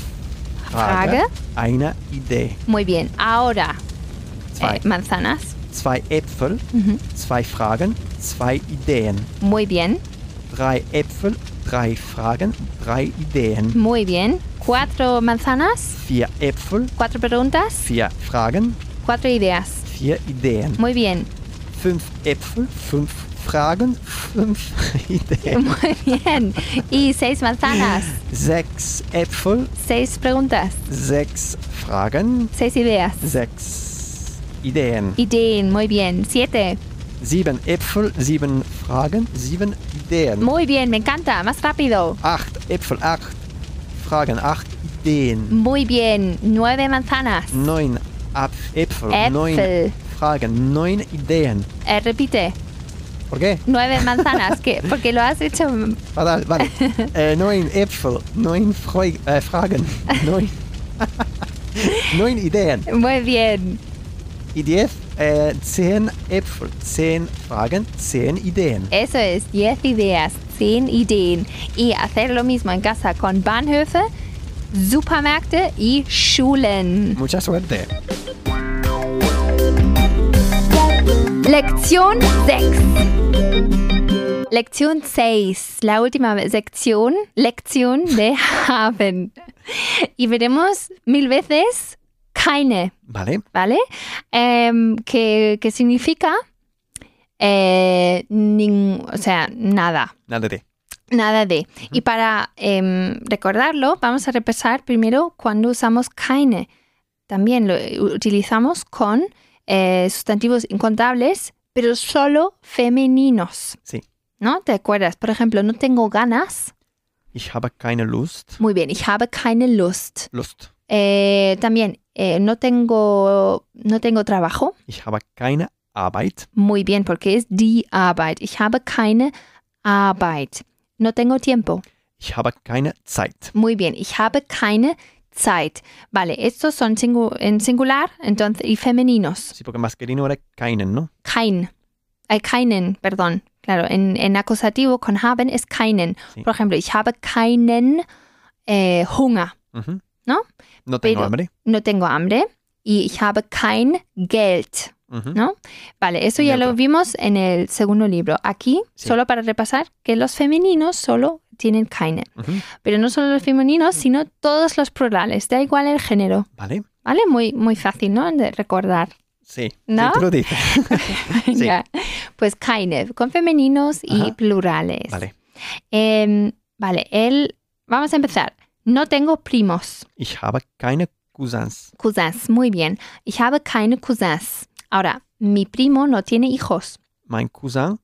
Speaker 3: Frage,
Speaker 1: Frage.
Speaker 3: eine Idee.
Speaker 1: Muy bien, ahora
Speaker 3: Zwei,
Speaker 1: eh, manzanas.
Speaker 3: zwei Äpfel,
Speaker 1: Ujú.
Speaker 3: zwei Fragen, zwei Ideen.
Speaker 1: Muy bien,
Speaker 3: Drei Äpfel, drei Fragen, drei Ideen.
Speaker 1: muy bien. Cuatro manzanas,
Speaker 3: Vier Äpfel,
Speaker 1: cuatro preguntas,
Speaker 3: vier Fragen,
Speaker 1: cuatro ideas.
Speaker 3: vier Ideen.
Speaker 1: Muy bien,
Speaker 3: Fünf Äpfel, fünf Fragen, fünf Ideen.
Speaker 1: muy bien. Y seis manzanas,
Speaker 3: Sechs Äpfel,
Speaker 1: seis preguntas,
Speaker 3: sechs Fragen,
Speaker 1: seis ideas.
Speaker 3: sechs Ideen.
Speaker 1: Ideen, muy bien. Siete,
Speaker 3: Sieben Äpfel, sieben Fragen, sieben Ideen.
Speaker 1: muy bien, me encanta, más rápido.
Speaker 3: Acht Äpfel, acht Fragen, acht Ideen.
Speaker 1: Muy bien, nueve manzanas.
Speaker 3: Neun Ap- Äpfel,
Speaker 1: Äpfel.
Speaker 3: neun Fragen, neun Ideen.
Speaker 1: Eh, repite,
Speaker 3: ¿Por qué?
Speaker 1: nueve manzanas, que porque lo has hecho
Speaker 3: Vale, vale. Äh, neun Äpfel, neun Freu- äh, Fragen, neun, neun Ideen.
Speaker 1: muy bien.
Speaker 3: Die Diez, äh, zehn Äpfel, zehn Fragen, zehn Ideen.
Speaker 1: Eso es, 10 ideas, 10 Ideen. Y hacer lo mismo en casa con Bahnhöfe, Supermärkte y Schulen.
Speaker 3: Mucha suerte.
Speaker 1: Lección 6. Lección 6, la última sección, lección de haben. Y veremos mil veces keine,
Speaker 3: Vale,
Speaker 1: ¿vale? Em, que, que significa eh, nin- o sea, nada.
Speaker 3: nada de.
Speaker 1: Nada de. Y para em, recordarlo, vamos a repasar primero cuando usamos keine. También lo eh, utilizamos con eh, sustantivos incontables, pero solo femeninos.
Speaker 3: Sí.
Speaker 1: ¿No? ¿Te acuerdas? Por ejemplo, no tengo ganas.
Speaker 3: Ich habe keine Lust.
Speaker 1: Muy bien, ich habe keine Lust.
Speaker 3: Lust.
Speaker 1: Eh, también, eh, no, tengo, no tengo trabajo.
Speaker 3: Ich habe keine Arbeit.
Speaker 1: Muy bien, porque es die Arbeit. Ich habe keine Arbeit. No tengo tiempo.
Speaker 3: Ich habe keine Zeit.
Speaker 1: Muy bien, ich habe keine Zeit. Vale, estos son singu- en singular entonces, y femeninos.
Speaker 3: Sí, porque masculino era keinen, ¿no?
Speaker 1: Kein. Hay keinen, perdón. Claro, en, en acusativo con haben es keinen.
Speaker 3: Sí.
Speaker 1: Por ejemplo, ich habe keinen eh, Hunger.
Speaker 3: Ujú.
Speaker 1: ¿No?
Speaker 3: No tengo
Speaker 1: Pero-
Speaker 3: hambre.
Speaker 1: No tengo hambre. Y ich habe kein Geld.
Speaker 3: Ujú.
Speaker 1: ¿No? Vale, eso ya lo
Speaker 3: Neutro.
Speaker 1: vimos en el segundo libro. Aquí,
Speaker 3: Sí.
Speaker 1: solo para repasar, que los femeninos solo tienen keinen.
Speaker 3: Ujú.
Speaker 1: Pero no solo los femeninos, sino todos los plurales. Da igual el género.
Speaker 3: Vale.
Speaker 1: ¿Vale? Muy, muy fácil, ¿no? De recordar.
Speaker 3: Sí.
Speaker 1: ¿No?
Speaker 3: Sí, tú lo dices. Sí.
Speaker 1: Ya. Pues keine, con femeninos y
Speaker 3: Ajá.
Speaker 1: plurales.
Speaker 3: Vale.
Speaker 1: Em, vale, él. Vamos a empezar. No tengo primos,
Speaker 3: Ich habe keine Cousins.
Speaker 1: cousins. Muy bien. Ich habe keine cousins. Ahora, mi primo no tiene hijos.
Speaker 3: Mein Cousin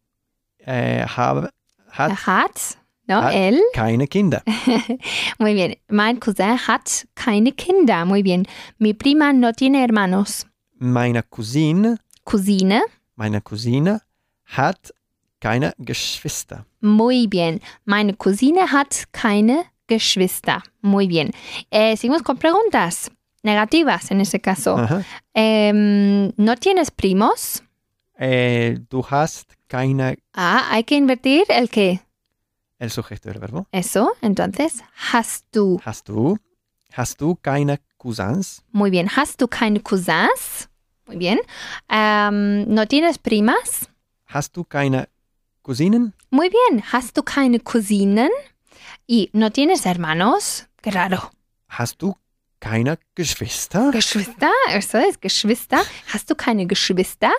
Speaker 3: äh, habe, hat
Speaker 1: Er Hat, ¿no?
Speaker 3: Hat.
Speaker 1: Él.
Speaker 3: keine Kinder.
Speaker 1: Muy bien. Mein Cousin hat keine Kinder. Muy bien. Mi prima no tiene hermanos.
Speaker 3: Meine Cousine,
Speaker 1: Cousine.
Speaker 3: meine Cousine hat keine Geschwister.
Speaker 1: Muy bien. Meine Cousine hat keine Geschwister. Muy bien. Eh, seguimos con preguntas negativas en ese caso.
Speaker 3: Aha.
Speaker 1: Em, ¿No tienes primos?
Speaker 3: Äh, du hast keine äh,
Speaker 1: Ah, hay que invertir el que.
Speaker 3: El sujeto del verbo.
Speaker 1: Eso. Entonces, hast du.
Speaker 3: Hast du? Hast du keine Cousins?
Speaker 1: Muy bien. Hast du keine Cousins? Muy bien. Em, ¿No tienes primas?
Speaker 3: Hast du keine Cousinen?
Speaker 1: Muy bien. Hast du keine Cousinen? ¿Y no tienes hermanos? Qué raro.
Speaker 3: Hast du keine Geschwister?
Speaker 1: Geschwister, eso es, Geschwister. Hast du keine Geschwister?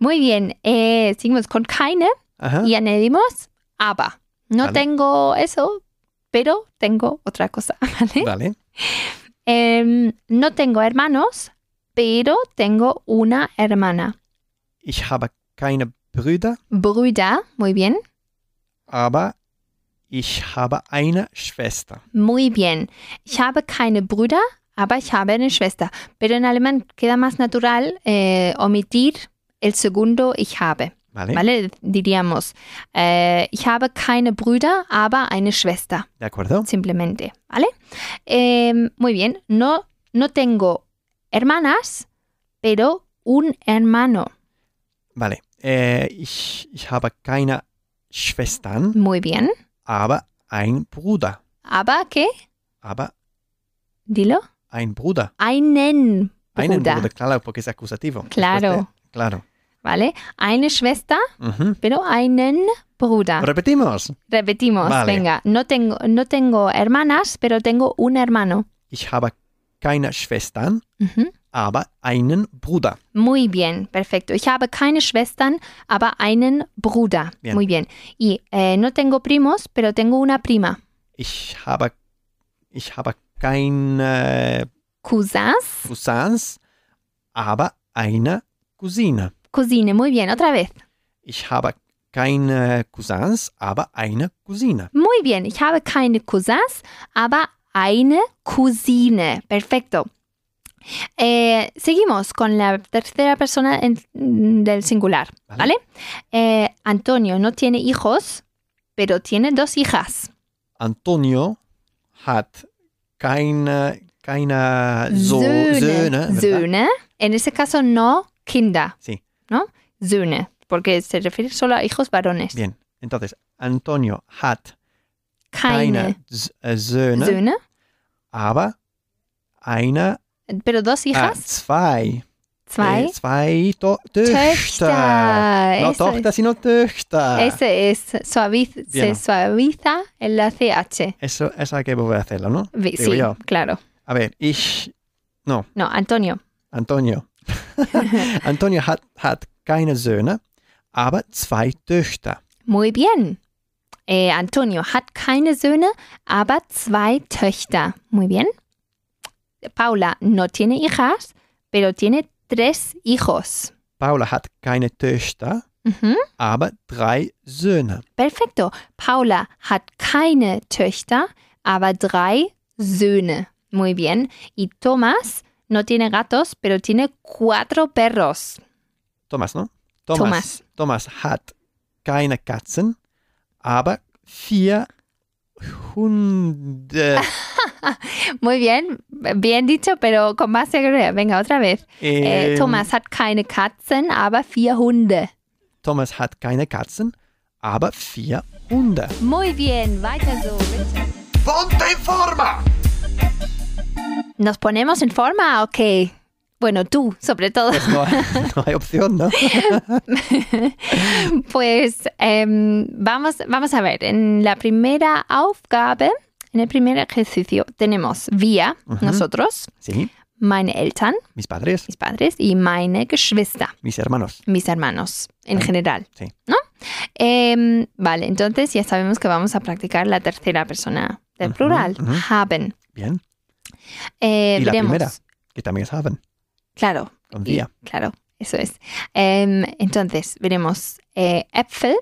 Speaker 1: Muy bien, eh, seguimos con keine
Speaker 3: Aha.
Speaker 1: y añadimos aber. No
Speaker 3: Ah. Vale.
Speaker 1: tengo eso, pero tengo otra cosa, ¿vale?
Speaker 3: Vale.
Speaker 1: Em, no tengo hermanos, pero tengo una hermana.
Speaker 3: Ich habe keine Brüder,
Speaker 1: Brüder, muy bien.
Speaker 3: aber ich habe eine Schwester.
Speaker 1: Muy bien. Ich habe keine Brüder, aber ich habe eine Schwester. Pero en alemán queda más natural eh, omitir el segundo ich habe.
Speaker 3: ¿Vale?
Speaker 1: ¿Vale? Diríamos, eh, ich habe keine Brüder, aber eine Schwester.
Speaker 3: ¿De acuerdo?
Speaker 1: Simplemente, ¿vale? Eh, muy bien. No, no tengo hermanas, pero un hermano.
Speaker 3: Vale. Äh, ich, ich habe keine Schwestern,
Speaker 1: Muy bien.
Speaker 3: aber ein Bruder.
Speaker 1: Aber, ¿qué?
Speaker 3: Aber
Speaker 1: Dilo.
Speaker 3: ein Bruder.
Speaker 1: Einen Bruder.
Speaker 3: Einen Bruder, claro, porque es acusativo.
Speaker 1: Claro.
Speaker 3: Después de- claro.
Speaker 1: ¿Vale? Eine Schwester,
Speaker 3: Ujú.
Speaker 1: pero einen Bruder.
Speaker 3: Repetimos.
Speaker 1: Repetimos,
Speaker 3: Vale.
Speaker 1: venga. No tengo, no tengo hermanas, pero tengo un hermano.
Speaker 3: Ich habe keine Schwestern,
Speaker 1: Ujú.
Speaker 3: aber einen Bruder.
Speaker 1: Muy bien, perfecto. Ich habe keine Schwestern, aber einen Bruder.
Speaker 3: Bien.
Speaker 1: Muy bien. Y eh, no tengo primos, pero tengo una prima.
Speaker 3: Ich habe, ich habe keine
Speaker 1: Cousins,
Speaker 3: Cousins, aber eine Cousine.
Speaker 1: cocine. Muy bien, otra vez.
Speaker 3: Ich habe keine Cousins, aber eine Cousine.
Speaker 1: Muy bien. Ich habe keine Cousins, aber eine Cousine. Perfecto. Eh, seguimos con la tercera persona en- del singular,
Speaker 3: Vale.
Speaker 1: ¿vale? Eh, Antonio no tiene hijos, pero tiene dos hijas.
Speaker 3: Antonio hat keine, keine so Söhne.
Speaker 1: Söhne.
Speaker 3: ¿verdad?
Speaker 1: Söhne. En ese caso no Kinder.
Speaker 3: Sí.
Speaker 1: ¿No? Söhne, porque se refiere solo a hijos varones.
Speaker 3: Bien, entonces Antonio hat
Speaker 1: Keine,
Speaker 3: keine, S- äh, Söhne,
Speaker 1: Söhne,
Speaker 3: aber eine,
Speaker 1: pero dos
Speaker 3: ah,
Speaker 1: hijas.
Speaker 3: zwei,
Speaker 1: Zwei.
Speaker 3: äh, zwei to Töchter.
Speaker 1: Töchter. Eso
Speaker 3: No
Speaker 1: es.
Speaker 3: Tochter, sino Töchter.
Speaker 1: Ese es, suaviz- se
Speaker 3: Bien.
Speaker 1: suaviza el la CH.
Speaker 3: Eso, eso hay que volver a hacerlo, ¿no?
Speaker 1: Vi-
Speaker 3: Digo
Speaker 1: Sí,
Speaker 3: yo.
Speaker 1: claro.
Speaker 3: A ver, ne? ich,
Speaker 1: No, Antonio.
Speaker 3: Antonio. Antonio hat, hat keine Söhne, aber zwei Töchter.
Speaker 1: Muy bien. Eh, Antonio hat keine Söhne, aber zwei Töchter. Muy bien. Paula no tiene hijas, pero tiene tres hijos.
Speaker 3: Paula hat keine Töchter,
Speaker 1: Ujú.
Speaker 3: aber drei Söhne.
Speaker 1: Perfecto. Paula hat keine Töchter, aber drei Söhne. Muy bien. Y Thomas no tiene gatos, pero tiene cuatro perros.
Speaker 3: Thomas, ne?
Speaker 1: Thomas.
Speaker 3: Thomas hat keine Katzen, aber vier Hunde.
Speaker 1: Muy bien, bien dicho, pero con más seguridad. Venga, otra vez. Eh,
Speaker 3: Ähm,
Speaker 1: Thomas hat keine Katzen, aber vier Hunde.
Speaker 3: Thomas hat keine Katzen, aber vier Hunde.
Speaker 1: Muy bien, weiter so, bitte.
Speaker 4: Ponte in forma.
Speaker 1: ¿Nos ponemos en forma o qué? Bueno, tú, sobre todo.
Speaker 3: Das war eine Option, ne?
Speaker 1: Pues em, vamos, vamos a ver. En la primera Aufgabe, en el primer ejercicio, tenemos wir,
Speaker 3: Ujú.
Speaker 1: nosotros,
Speaker 3: Sí,
Speaker 1: meine Eltern,
Speaker 3: mis padres,
Speaker 1: mis padres, y meine Geschwister.
Speaker 3: mis hermanos.
Speaker 1: mis hermanos en
Speaker 3: Vale.
Speaker 1: general.
Speaker 3: Sí.
Speaker 1: ¿No? Em, vale, entonces ya sabemos que vamos a practicar la tercera persona del
Speaker 3: Ujú,
Speaker 1: plural,
Speaker 3: ujú.
Speaker 1: haben.
Speaker 3: Bien,
Speaker 1: Eh,
Speaker 3: Y la
Speaker 1: veremos.
Speaker 3: primera. que también es haben.
Speaker 1: Claro,
Speaker 3: Con
Speaker 1: y-
Speaker 3: wir.
Speaker 1: claro, eso es. Em, entonces, veremos eh, Äpfel,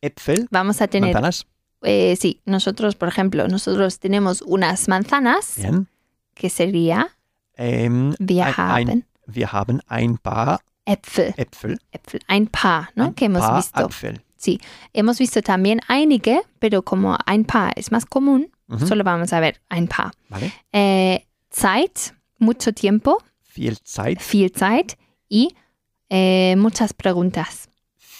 Speaker 3: Äpfel,
Speaker 1: vamos a tener,
Speaker 3: manzanas.
Speaker 1: eh, sí, nosotros, por ejemplo, nosotros tenemos unas manzanas,
Speaker 3: Bien.
Speaker 1: que sería,
Speaker 3: Ähm,
Speaker 1: wir
Speaker 3: Ein- ein-
Speaker 1: haben
Speaker 3: wir haben ein paar
Speaker 1: Äpfel,
Speaker 3: Äpfel.
Speaker 1: Äpfel, ein paar, ¿no?
Speaker 3: Ein
Speaker 1: que hemos
Speaker 3: paar Ah.
Speaker 1: visto.
Speaker 3: Äpfel.
Speaker 1: Hemos visto también einige, pero como ein paar es más común,
Speaker 3: Mhm.
Speaker 1: Solo vamos a ver ein paar.
Speaker 3: Vale.
Speaker 1: Eh, Zeit, mucho tiempo,
Speaker 3: Viel Zeit,
Speaker 1: viel Zeit y eh, muchas preguntas.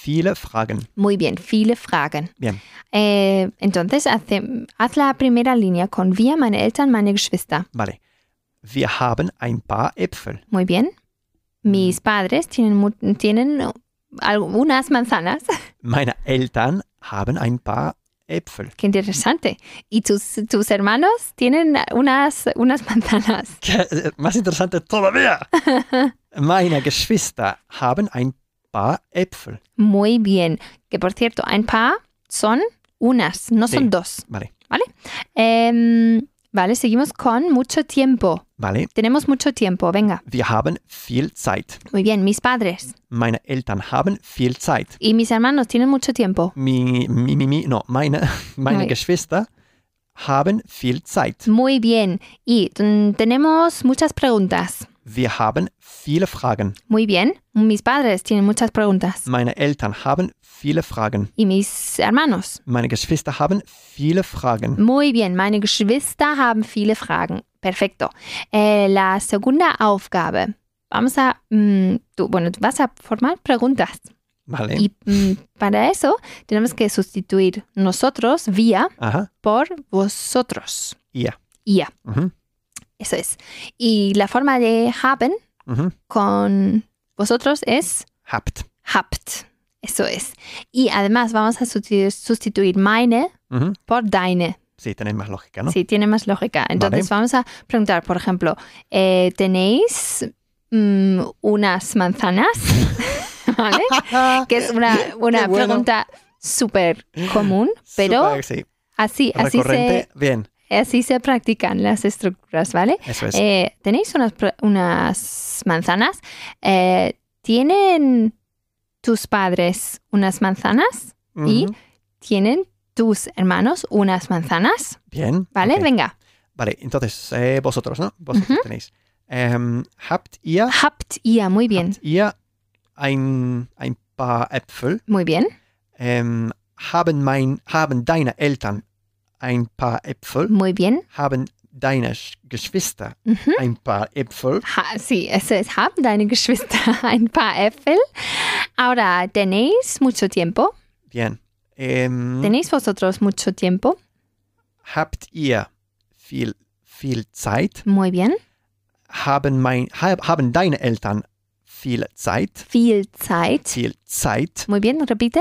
Speaker 3: viele Fragen.
Speaker 1: Muy bien, viele Fragen.
Speaker 3: Bien.
Speaker 1: Eh, entonces, hace- haz la primera línea con wir, meine Eltern, meine Geschwister.
Speaker 3: Vale. Wir haben ein paar Äpfel.
Speaker 1: Muy bien.
Speaker 3: Mm.
Speaker 1: Mis padres tienen, mu- tienen algunas manzanas.
Speaker 3: Meine Eltern haben ein paar Äpfel.
Speaker 1: Qué interesante. Y tus, tus hermanos tienen unas, unas manzanas.
Speaker 3: äh, Más interesante todavía. Meine Geschwister haben ein paar Äpfel.
Speaker 1: Muy bien. Que por cierto, ein paar son unas, no son
Speaker 3: Sí.
Speaker 1: dos.
Speaker 3: Vale.
Speaker 1: Em, Vale, seguimos con mucho tiempo.
Speaker 3: Vale,
Speaker 1: Tenemos mucho tiempo, venga.
Speaker 3: wir haben viel Zeit.
Speaker 1: Muy bien, mis padres
Speaker 3: Meine Eltern haben viel Zeit.
Speaker 1: y mis hermanos tienen mucho tiempo.
Speaker 3: Mi, mi, mi, mi, no, meine, meine
Speaker 1: Nein.
Speaker 3: Geschwister haben viel Zeit.
Speaker 1: Muy bien. Y mm, tenemos muchas preguntas.
Speaker 3: Wir haben viele Fragen.
Speaker 1: Muy bien. Mis padres tienen muchas preguntas.
Speaker 3: Meine Eltern haben viele Fragen.
Speaker 1: Y mis hermanos.
Speaker 3: Meine Geschwister haben viele Fragen.
Speaker 1: Muy bien. Meine Geschwister haben viele Fragen. Perfecto. Eh, la segunda Aufgabe. Vamos a... mm, tú, bueno, tú vas a formar preguntas.
Speaker 3: Vale.
Speaker 1: Y mm, para eso tenemos que sustituir nosotros, vía,
Speaker 3: Aha,
Speaker 1: por vosotros.
Speaker 3: ihr.
Speaker 1: Ihr.
Speaker 3: Mhm.
Speaker 1: Eso es. Y la forma de haben
Speaker 3: Mhm.
Speaker 1: con vosotros es
Speaker 3: Habt.
Speaker 1: habt. Eso es. Y además vamos a susti- sustituir meine
Speaker 3: Mhm.
Speaker 1: por deine.
Speaker 3: Sí, tenemos lógica, ¿no?
Speaker 1: Sí, tiene más lógica. Entonces vamos a preguntar, por ejemplo, eh, ¿tenéis mm, unas manzanas? ¿Vale? Que es una, una
Speaker 3: Qué bueno.
Speaker 1: pregunta súper común, pero
Speaker 3: Super, sí.
Speaker 1: así, así,
Speaker 3: Recurrente.
Speaker 1: se,
Speaker 3: Bien,
Speaker 1: así se practican las estructuras, ¿vale?
Speaker 3: eso es.
Speaker 1: Eh, ¿Tenéis unas, pro- unas manzanas? Eh, ¿Tienen tus padres unas manzanas?
Speaker 3: Mhm.
Speaker 1: y- ¿Tienen tus hermanos unas manzanas?
Speaker 3: Bien.
Speaker 1: ¿Vale?
Speaker 3: ok.
Speaker 1: Venga.
Speaker 3: Vale, entonces eh, vosotros, ¿no? Vosotros tenéis. Ähm, habt ihr,
Speaker 1: Habt ihr, muy bien.
Speaker 3: habt ihr ein, ein paar Äpfel?
Speaker 1: Muy bien.
Speaker 3: Ähm, haben, mein, haben deine Eltern ein paar Äpfel?
Speaker 1: Muy bien.
Speaker 3: Haben deine Sch- Geschwister
Speaker 1: Ujú.
Speaker 3: ein paar Äpfel?
Speaker 1: Ha- sí, eso es. Haben deine Geschwister ein paar Äpfel? Ahora, ¿tenéis mucho tiempo?
Speaker 3: Bien. Ähm,
Speaker 1: ¿Tenéis vosotros mucho tiempo?
Speaker 3: habt ihr viel, viel Zeit?
Speaker 1: Muy bien.
Speaker 3: Haben, mein, hab, haben deine Eltern viel Zeit?
Speaker 1: Viel Zeit.
Speaker 3: Viel Zeit?
Speaker 1: Muy bien, repite.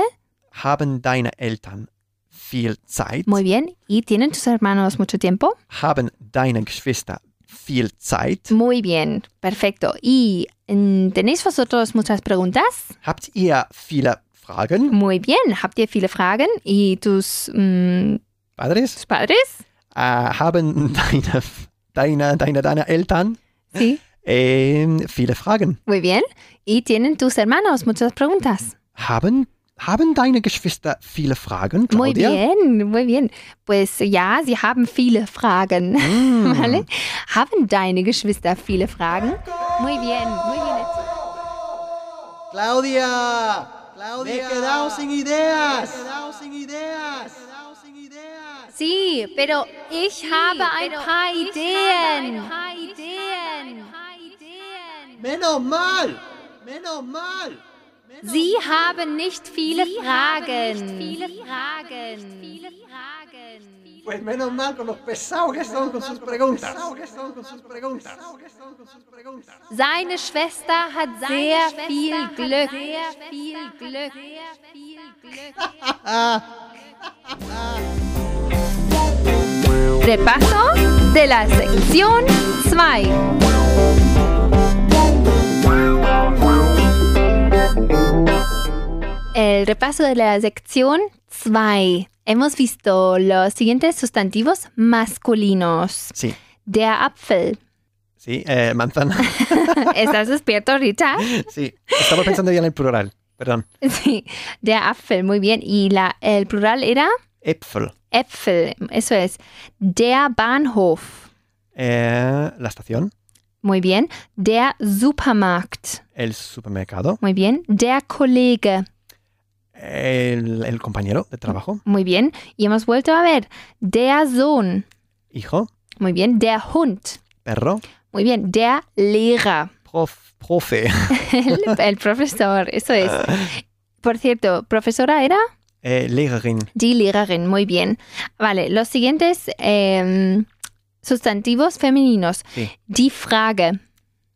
Speaker 3: Haben deine Eltern viel Zeit?
Speaker 1: Muy bien. ¿Y tienen tus hermanos mucho tiempo?
Speaker 3: Haben deine Geschwister viel Zeit?
Speaker 1: Muy bien, perfecto. ¿Y mm, tenéis vosotros muchas preguntas?
Speaker 3: Habt ihr viele Fragen?
Speaker 1: Muy bien, habt ihr viele Fragen? ¿Y tus, mm,
Speaker 3: Padres?
Speaker 1: tus padres?
Speaker 3: Äh, haben deine, deine, deine, deine Eltern
Speaker 1: Sí,
Speaker 3: ähm, viele Fragen?
Speaker 1: muy bien. ¿Y tienen tus hermanos muchas preguntas?
Speaker 3: Haben, haben deine Geschwister viele Fragen,
Speaker 1: Muy
Speaker 3: Claudia?
Speaker 1: bien, muy bien. Pues ja, sie haben viele Fragen.
Speaker 3: Mm.
Speaker 1: ¿Vale? ¿Haben deine Geschwister viele Fragen? Muy bien, muy bien. hecho.
Speaker 5: Claudia, Claudia, me he quedado sin ideas, me he quedado sin ideas, me he quedado sin ideas.
Speaker 1: Sí, pero ich habe ein paar Ideen.
Speaker 5: Menos mal, menos mal.
Speaker 1: Sie haben nicht viele Fragen.
Speaker 5: Pues menos mal con los pesados que son con sus preguntas. Pesados que son con sus preguntas. Pesados que son con sus preguntas.
Speaker 1: Seine Schwester hat sehr viel Glück. Repaso de la sección 2. El repaso de la sección 2. Hemos visto los siguientes sustantivos masculinos.
Speaker 3: Sí,
Speaker 1: Der Apfel.
Speaker 3: sí, eh, manzana.
Speaker 1: ¿Estás despierto, Richard?
Speaker 3: Sí, estaba pensando ya en el plural. Perdón.
Speaker 1: Sí, der Apfel, muy bien. Y la, el plural era
Speaker 3: Äpfel.
Speaker 1: Äpfel, eso es. Der Bahnhof,
Speaker 3: Eh, la estación,
Speaker 1: muy bien. Der Supermarkt,
Speaker 3: el supermercado,
Speaker 1: muy bien. Der Kollege,
Speaker 3: el, el compañero de trabajo,
Speaker 1: muy bien. Y hemos vuelto a ver. Der Sohn,
Speaker 3: hijo,
Speaker 1: muy bien. Der Hund,
Speaker 3: perro,
Speaker 1: muy bien. Der Lehrer,
Speaker 3: prof- profe,
Speaker 1: el, el profesor, eso es. Por cierto, profesora era
Speaker 3: eh, Lehrerin,
Speaker 1: die Lehrerin, muy bien. Vale, los siguientes em, sustantivos femeninos.
Speaker 3: Sí.
Speaker 1: Die Frage.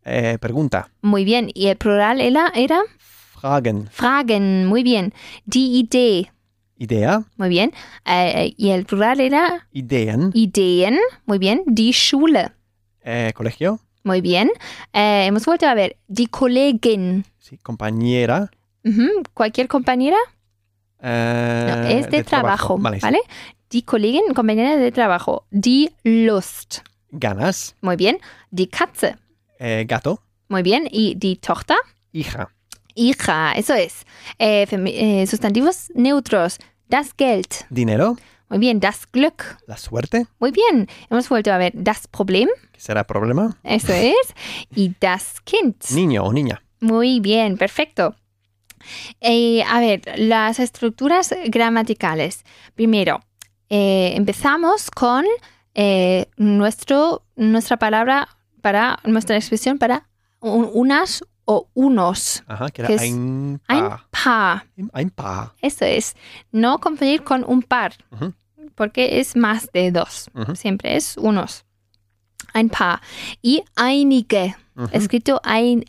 Speaker 3: eh, pregunta,
Speaker 1: Muy bien. Y el plural era, era
Speaker 3: Fragen,
Speaker 1: Fragen. Muy bien. Die Idee.
Speaker 3: Idea,
Speaker 1: Muy bien. Eh, y el plural era
Speaker 3: Ideen,
Speaker 1: Ideen. Muy bien. Die Schule.
Speaker 3: eh, colegio,
Speaker 1: Muy bien. Eh, hemos vuelto a ver. Die Kollegin.
Speaker 3: sí, compañera,
Speaker 1: Ujú. Cualquier compañera
Speaker 3: eh,
Speaker 1: no, es de, trabajo. ¿Vale?
Speaker 3: sí.
Speaker 1: die Kollegin, compañera de trabajo, die Lust.
Speaker 3: Ganas,
Speaker 1: Muy bien. Die Katze.
Speaker 3: eh, gato,
Speaker 1: Muy bien. Y die Tochter,
Speaker 3: hija,
Speaker 1: hija. Eso es. Eh, femi- eh, sustantivos neutros. Das Geld.
Speaker 3: dinero,
Speaker 1: Muy bien. Das Glück.
Speaker 3: la suerte,
Speaker 1: Muy bien. Hemos vuelto a ver das Problem.
Speaker 3: que será problema,
Speaker 1: Eso es. Y das Kind.
Speaker 3: niño o niña.
Speaker 1: Muy bien, perfecto. Eh, a ver, las estructuras gramaticales. Primero, eh, empezamos con eh, nuestro, nuestra palabra para nuestra expresión para un- unas o unos.
Speaker 3: Ajá, que era
Speaker 1: Que es
Speaker 3: ein
Speaker 1: Ein
Speaker 3: Paar.
Speaker 1: paar.
Speaker 3: Ein Paar.
Speaker 1: Eso es. No confundir con un par,
Speaker 3: Ujú.
Speaker 1: porque es más de dos.
Speaker 3: Ujú.
Speaker 1: Siempre es unos. Ein paar. Y einige.
Speaker 3: Ujú.
Speaker 1: Escrito ein,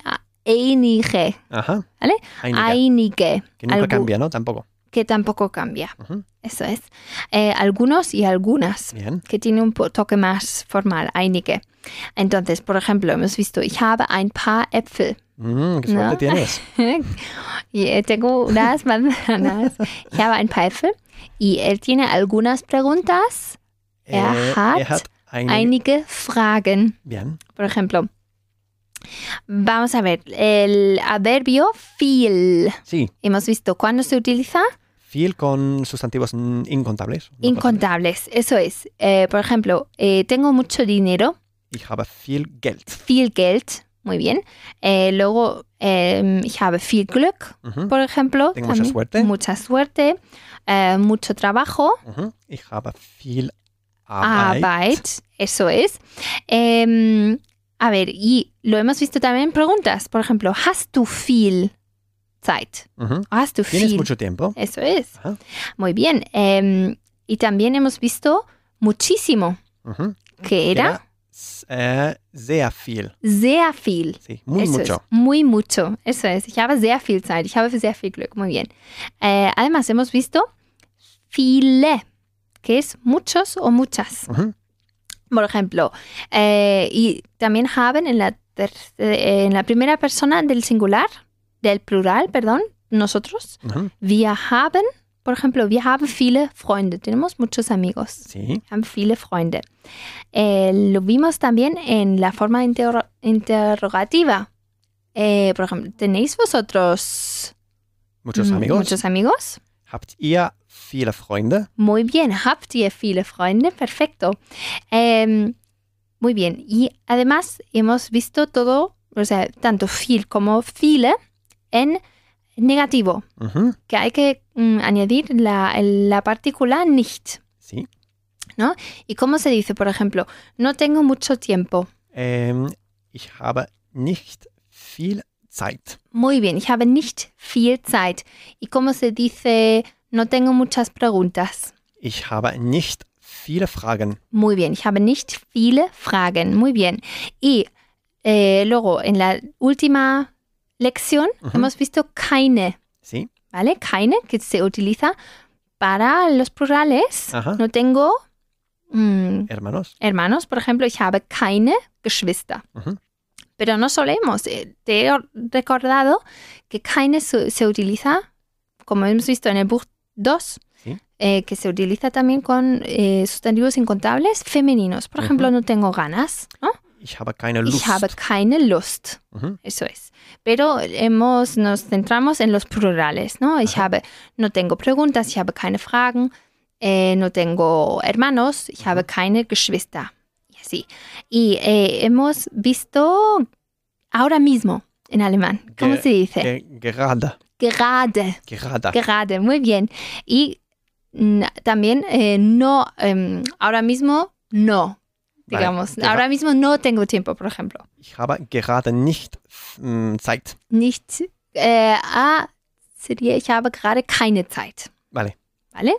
Speaker 1: einige.
Speaker 3: Ajá.
Speaker 1: ¿Vale?
Speaker 3: Einige,
Speaker 1: Einige.
Speaker 3: que nunca
Speaker 1: Algu-
Speaker 3: cambia, ¿no? Tampoco.
Speaker 1: Que tampoco cambia.
Speaker 3: Ujú.
Speaker 1: Eso es. Eh, algunos y algunas.
Speaker 3: Bien.
Speaker 1: Que tiene un po- toque más formal. Einige. Entonces, por ejemplo, hemos visto, ich habe ein paar Äpfel.
Speaker 3: Mm, qué suerte
Speaker 1: No.
Speaker 3: tienes.
Speaker 1: Y, eh, tengo unas manzanas. Ich habe ein paar Äpfel. Y él tiene algunas preguntas, Er
Speaker 3: er
Speaker 1: hat
Speaker 3: hat ein...
Speaker 1: einige Fragen.
Speaker 3: Bien.
Speaker 1: Por ejemplo, vamos a ver, el adverbio viel.
Speaker 3: Sí.
Speaker 1: Hemos visto cuándo se utiliza
Speaker 3: Fiel con sustantivos mm, incontables. no contables.
Speaker 1: incontables. Eso es. Eh, por ejemplo, eh, tengo mucho dinero,
Speaker 3: Ich habe viel Geld.
Speaker 1: viel Geld. Muy bien. Eh, luego, eh, ich habe viel Glück,
Speaker 3: Ujú,
Speaker 1: por ejemplo.
Speaker 3: Tengo mucha suerte.
Speaker 1: Mucha suerte. eh, mucho trabajo.
Speaker 3: ujú. Ich habe viel Arbeit.
Speaker 1: Arbeit. Eso es. Eh, a ver, y lo hemos visto también en preguntas. Por ejemplo, ¿has du viel Zeit?
Speaker 3: Ujú.
Speaker 1: ¿Has du
Speaker 3: Tienes
Speaker 1: viel?
Speaker 3: mucho Ah. tiempo.
Speaker 1: Eso es.
Speaker 3: Ajá.
Speaker 1: Muy bien. Eh, y también hemos visto muchísimo,
Speaker 3: Ujú.
Speaker 1: que era
Speaker 3: s- eh, sehr viel.
Speaker 1: sehr viel.
Speaker 3: Sí, muy
Speaker 1: eso
Speaker 3: mucho.
Speaker 1: Es, muy mucho. Eso es. Ich habe sehr viel Zeit. Ich habe sehr viel Glück. Muy bien. Eh, además, hemos visto viele, que es muchos o muchas.
Speaker 3: Ujú.
Speaker 1: Por ejemplo, eh, y también haben en la, ter- eh, en la primera persona del singular, del plural, perdón, nosotros.
Speaker 3: Ujú.
Speaker 1: Wir haben, por ejemplo, wir haben viele Freunde. Tenemos muchos amigos.
Speaker 3: Sí.
Speaker 1: Wir haben viele Freunde. Eh, lo vimos también en la forma interro- interrogativa. Eh, por ejemplo, ¿tenéis vosotros
Speaker 3: Muchos
Speaker 1: mm,
Speaker 3: amigos.
Speaker 1: muchos amigos?
Speaker 3: Habt ihr viele Freunde?
Speaker 1: Muy bien, habt ihr viele Freunde, perfecto. Eh, muy bien, y además hemos visto todo, o sea, tanto viel como viele en negativo,
Speaker 3: Ujú.
Speaker 1: que hay que mm, añadir la, la partícula nicht.
Speaker 3: Sí.
Speaker 1: ¿Y cómo se dice, por ejemplo, no tengo mucho tiempo?
Speaker 3: Ähm, ich habe nicht viel Zeit.
Speaker 1: Muy bien, ich habe nicht viel Zeit. ¿Y cómo se dice no tengo muchas preguntas?
Speaker 3: Ich habe nicht viele Fragen.
Speaker 1: Muy bien, ich habe nicht viele Fragen. Muy bien. Y eh, luego, en la última lección,
Speaker 3: Ujú.
Speaker 1: hemos visto keine,
Speaker 3: Sí.
Speaker 1: ¿vale? Keine, que se utiliza para los plurales.
Speaker 3: Ajá.
Speaker 1: No tengo mm,
Speaker 3: Hermanos.
Speaker 1: hermanos, por ejemplo, ich habe keine Geschwister.
Speaker 3: Ujú.
Speaker 1: Pero no solemos. Eh, Te he recordado que keine se, se utiliza, como hemos visto en el book 2,
Speaker 3: Sí.
Speaker 1: eh, que se utiliza también con eh, sustantivos incontables femeninos. Por
Speaker 3: Ujú.
Speaker 1: ejemplo, no tengo ganas, ¿no?
Speaker 3: Ich habe keine Lust.
Speaker 1: Ich habe keine Lust.
Speaker 3: Mhm.
Speaker 1: Eso es. Pero hemos, nos centramos en los plurales, ¿no? Ich
Speaker 3: Ajá.
Speaker 1: habe, no tengo preguntas, ich habe keine Fragen, eh, no tengo hermanos, ich habe keine Geschwister. Y así. Y eh, hemos visto ahora mismo en alemán. ¿Cómo
Speaker 3: Ge-
Speaker 1: se dice?
Speaker 3: Ge gerade.
Speaker 1: Gerade.
Speaker 3: Gerade.
Speaker 1: Gerade, muy bien. Y mm, también eh, no, em, ahora mismo no,
Speaker 3: Vale.
Speaker 1: digamos.
Speaker 3: Gera-
Speaker 1: Ahora mismo no tengo tiempo, por ejemplo.
Speaker 3: Ich habe gerade nicht mm, Zeit.
Speaker 1: nicht. Äh, ah, sería, ich habe gerade keine Zeit.
Speaker 3: Vale.
Speaker 1: ¿Vale?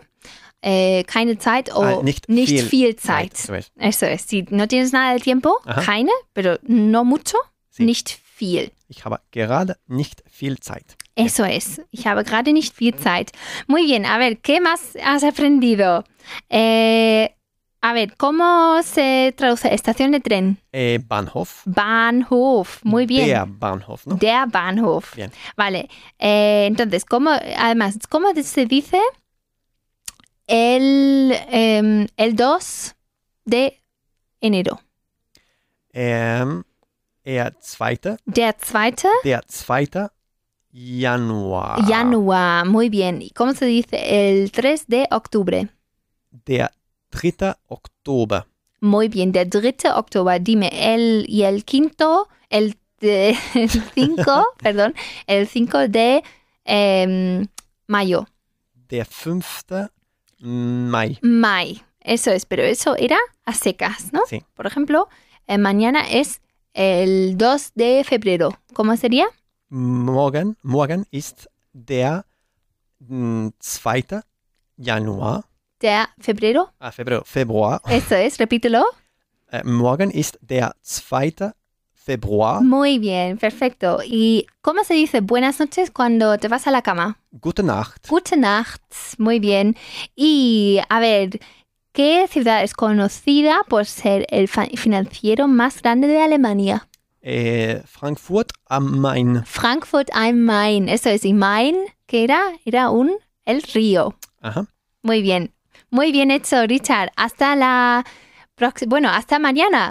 Speaker 1: Eh, keine Zeit o
Speaker 3: Ah,
Speaker 1: nicht,
Speaker 3: nicht
Speaker 1: viel,
Speaker 3: viel
Speaker 1: Zeit.
Speaker 3: So ist.
Speaker 1: Eso es. Si no tienes nada de tiempo,
Speaker 3: Ajá.
Speaker 1: keine, pero no mucho,
Speaker 3: Sí.
Speaker 1: nicht viel.
Speaker 3: Ich habe gerade nicht viel Zeit.
Speaker 1: Eso es. Ich habe gerade nicht viel Zeit. Muy bien. A ver, ¿qué más has aprendido? Eh, a ver, ¿cómo se traduce estación de tren?
Speaker 3: Äh, Bahnhof.
Speaker 1: Bahnhof. Muy bien.
Speaker 3: Der Bahnhof. Ne?
Speaker 1: Der Bahnhof.
Speaker 3: Bien.
Speaker 1: Vale. Eh, entonces, ¿cómo, además, ¿cómo se dice el, em, el 2 de enero.
Speaker 3: Ähm, der zweite,
Speaker 1: Der 2
Speaker 3: der zweite Januar.
Speaker 1: Januar, muy bien. ¿Y cómo se dice? El 3 de octubre.
Speaker 3: Der dritte Oktober.
Speaker 1: Muy bien, der 3 octubre. Dime, el y el quinto, el 5, perdón, el 5 de em, mayo.
Speaker 3: Der fünfte Mai.
Speaker 1: May. Eso es, pero eso era a secas, ¿no?
Speaker 3: Sí.
Speaker 1: Por ejemplo, eh, mañana es el 2 de febrero. ¿Cómo sería?
Speaker 3: Morgen, morgen ist der mh, zweite Januar.
Speaker 1: De febrero.
Speaker 3: Ah, Februar. Februar.
Speaker 1: Eso es, repítelo.
Speaker 3: Äh, morgen ist der zweite Februar.
Speaker 1: Muy bien, perfecto. ¿Y cómo se dice buenas noches cuando te vas a la cama?
Speaker 3: Gute Nacht.
Speaker 1: Gute Nacht, muy bien. Y a ver, ¿qué ciudad es conocida por ser el fa- financiero más grande de Alemania?
Speaker 3: Äh, Frankfurt am Main.
Speaker 1: Frankfurt am Main. Eso es, y Main, ¿qué era? Era un el río.
Speaker 3: Aha.
Speaker 1: Muy bien. Muy bien hecho, Richard. Hasta la próxima. Bueno, hasta mañana.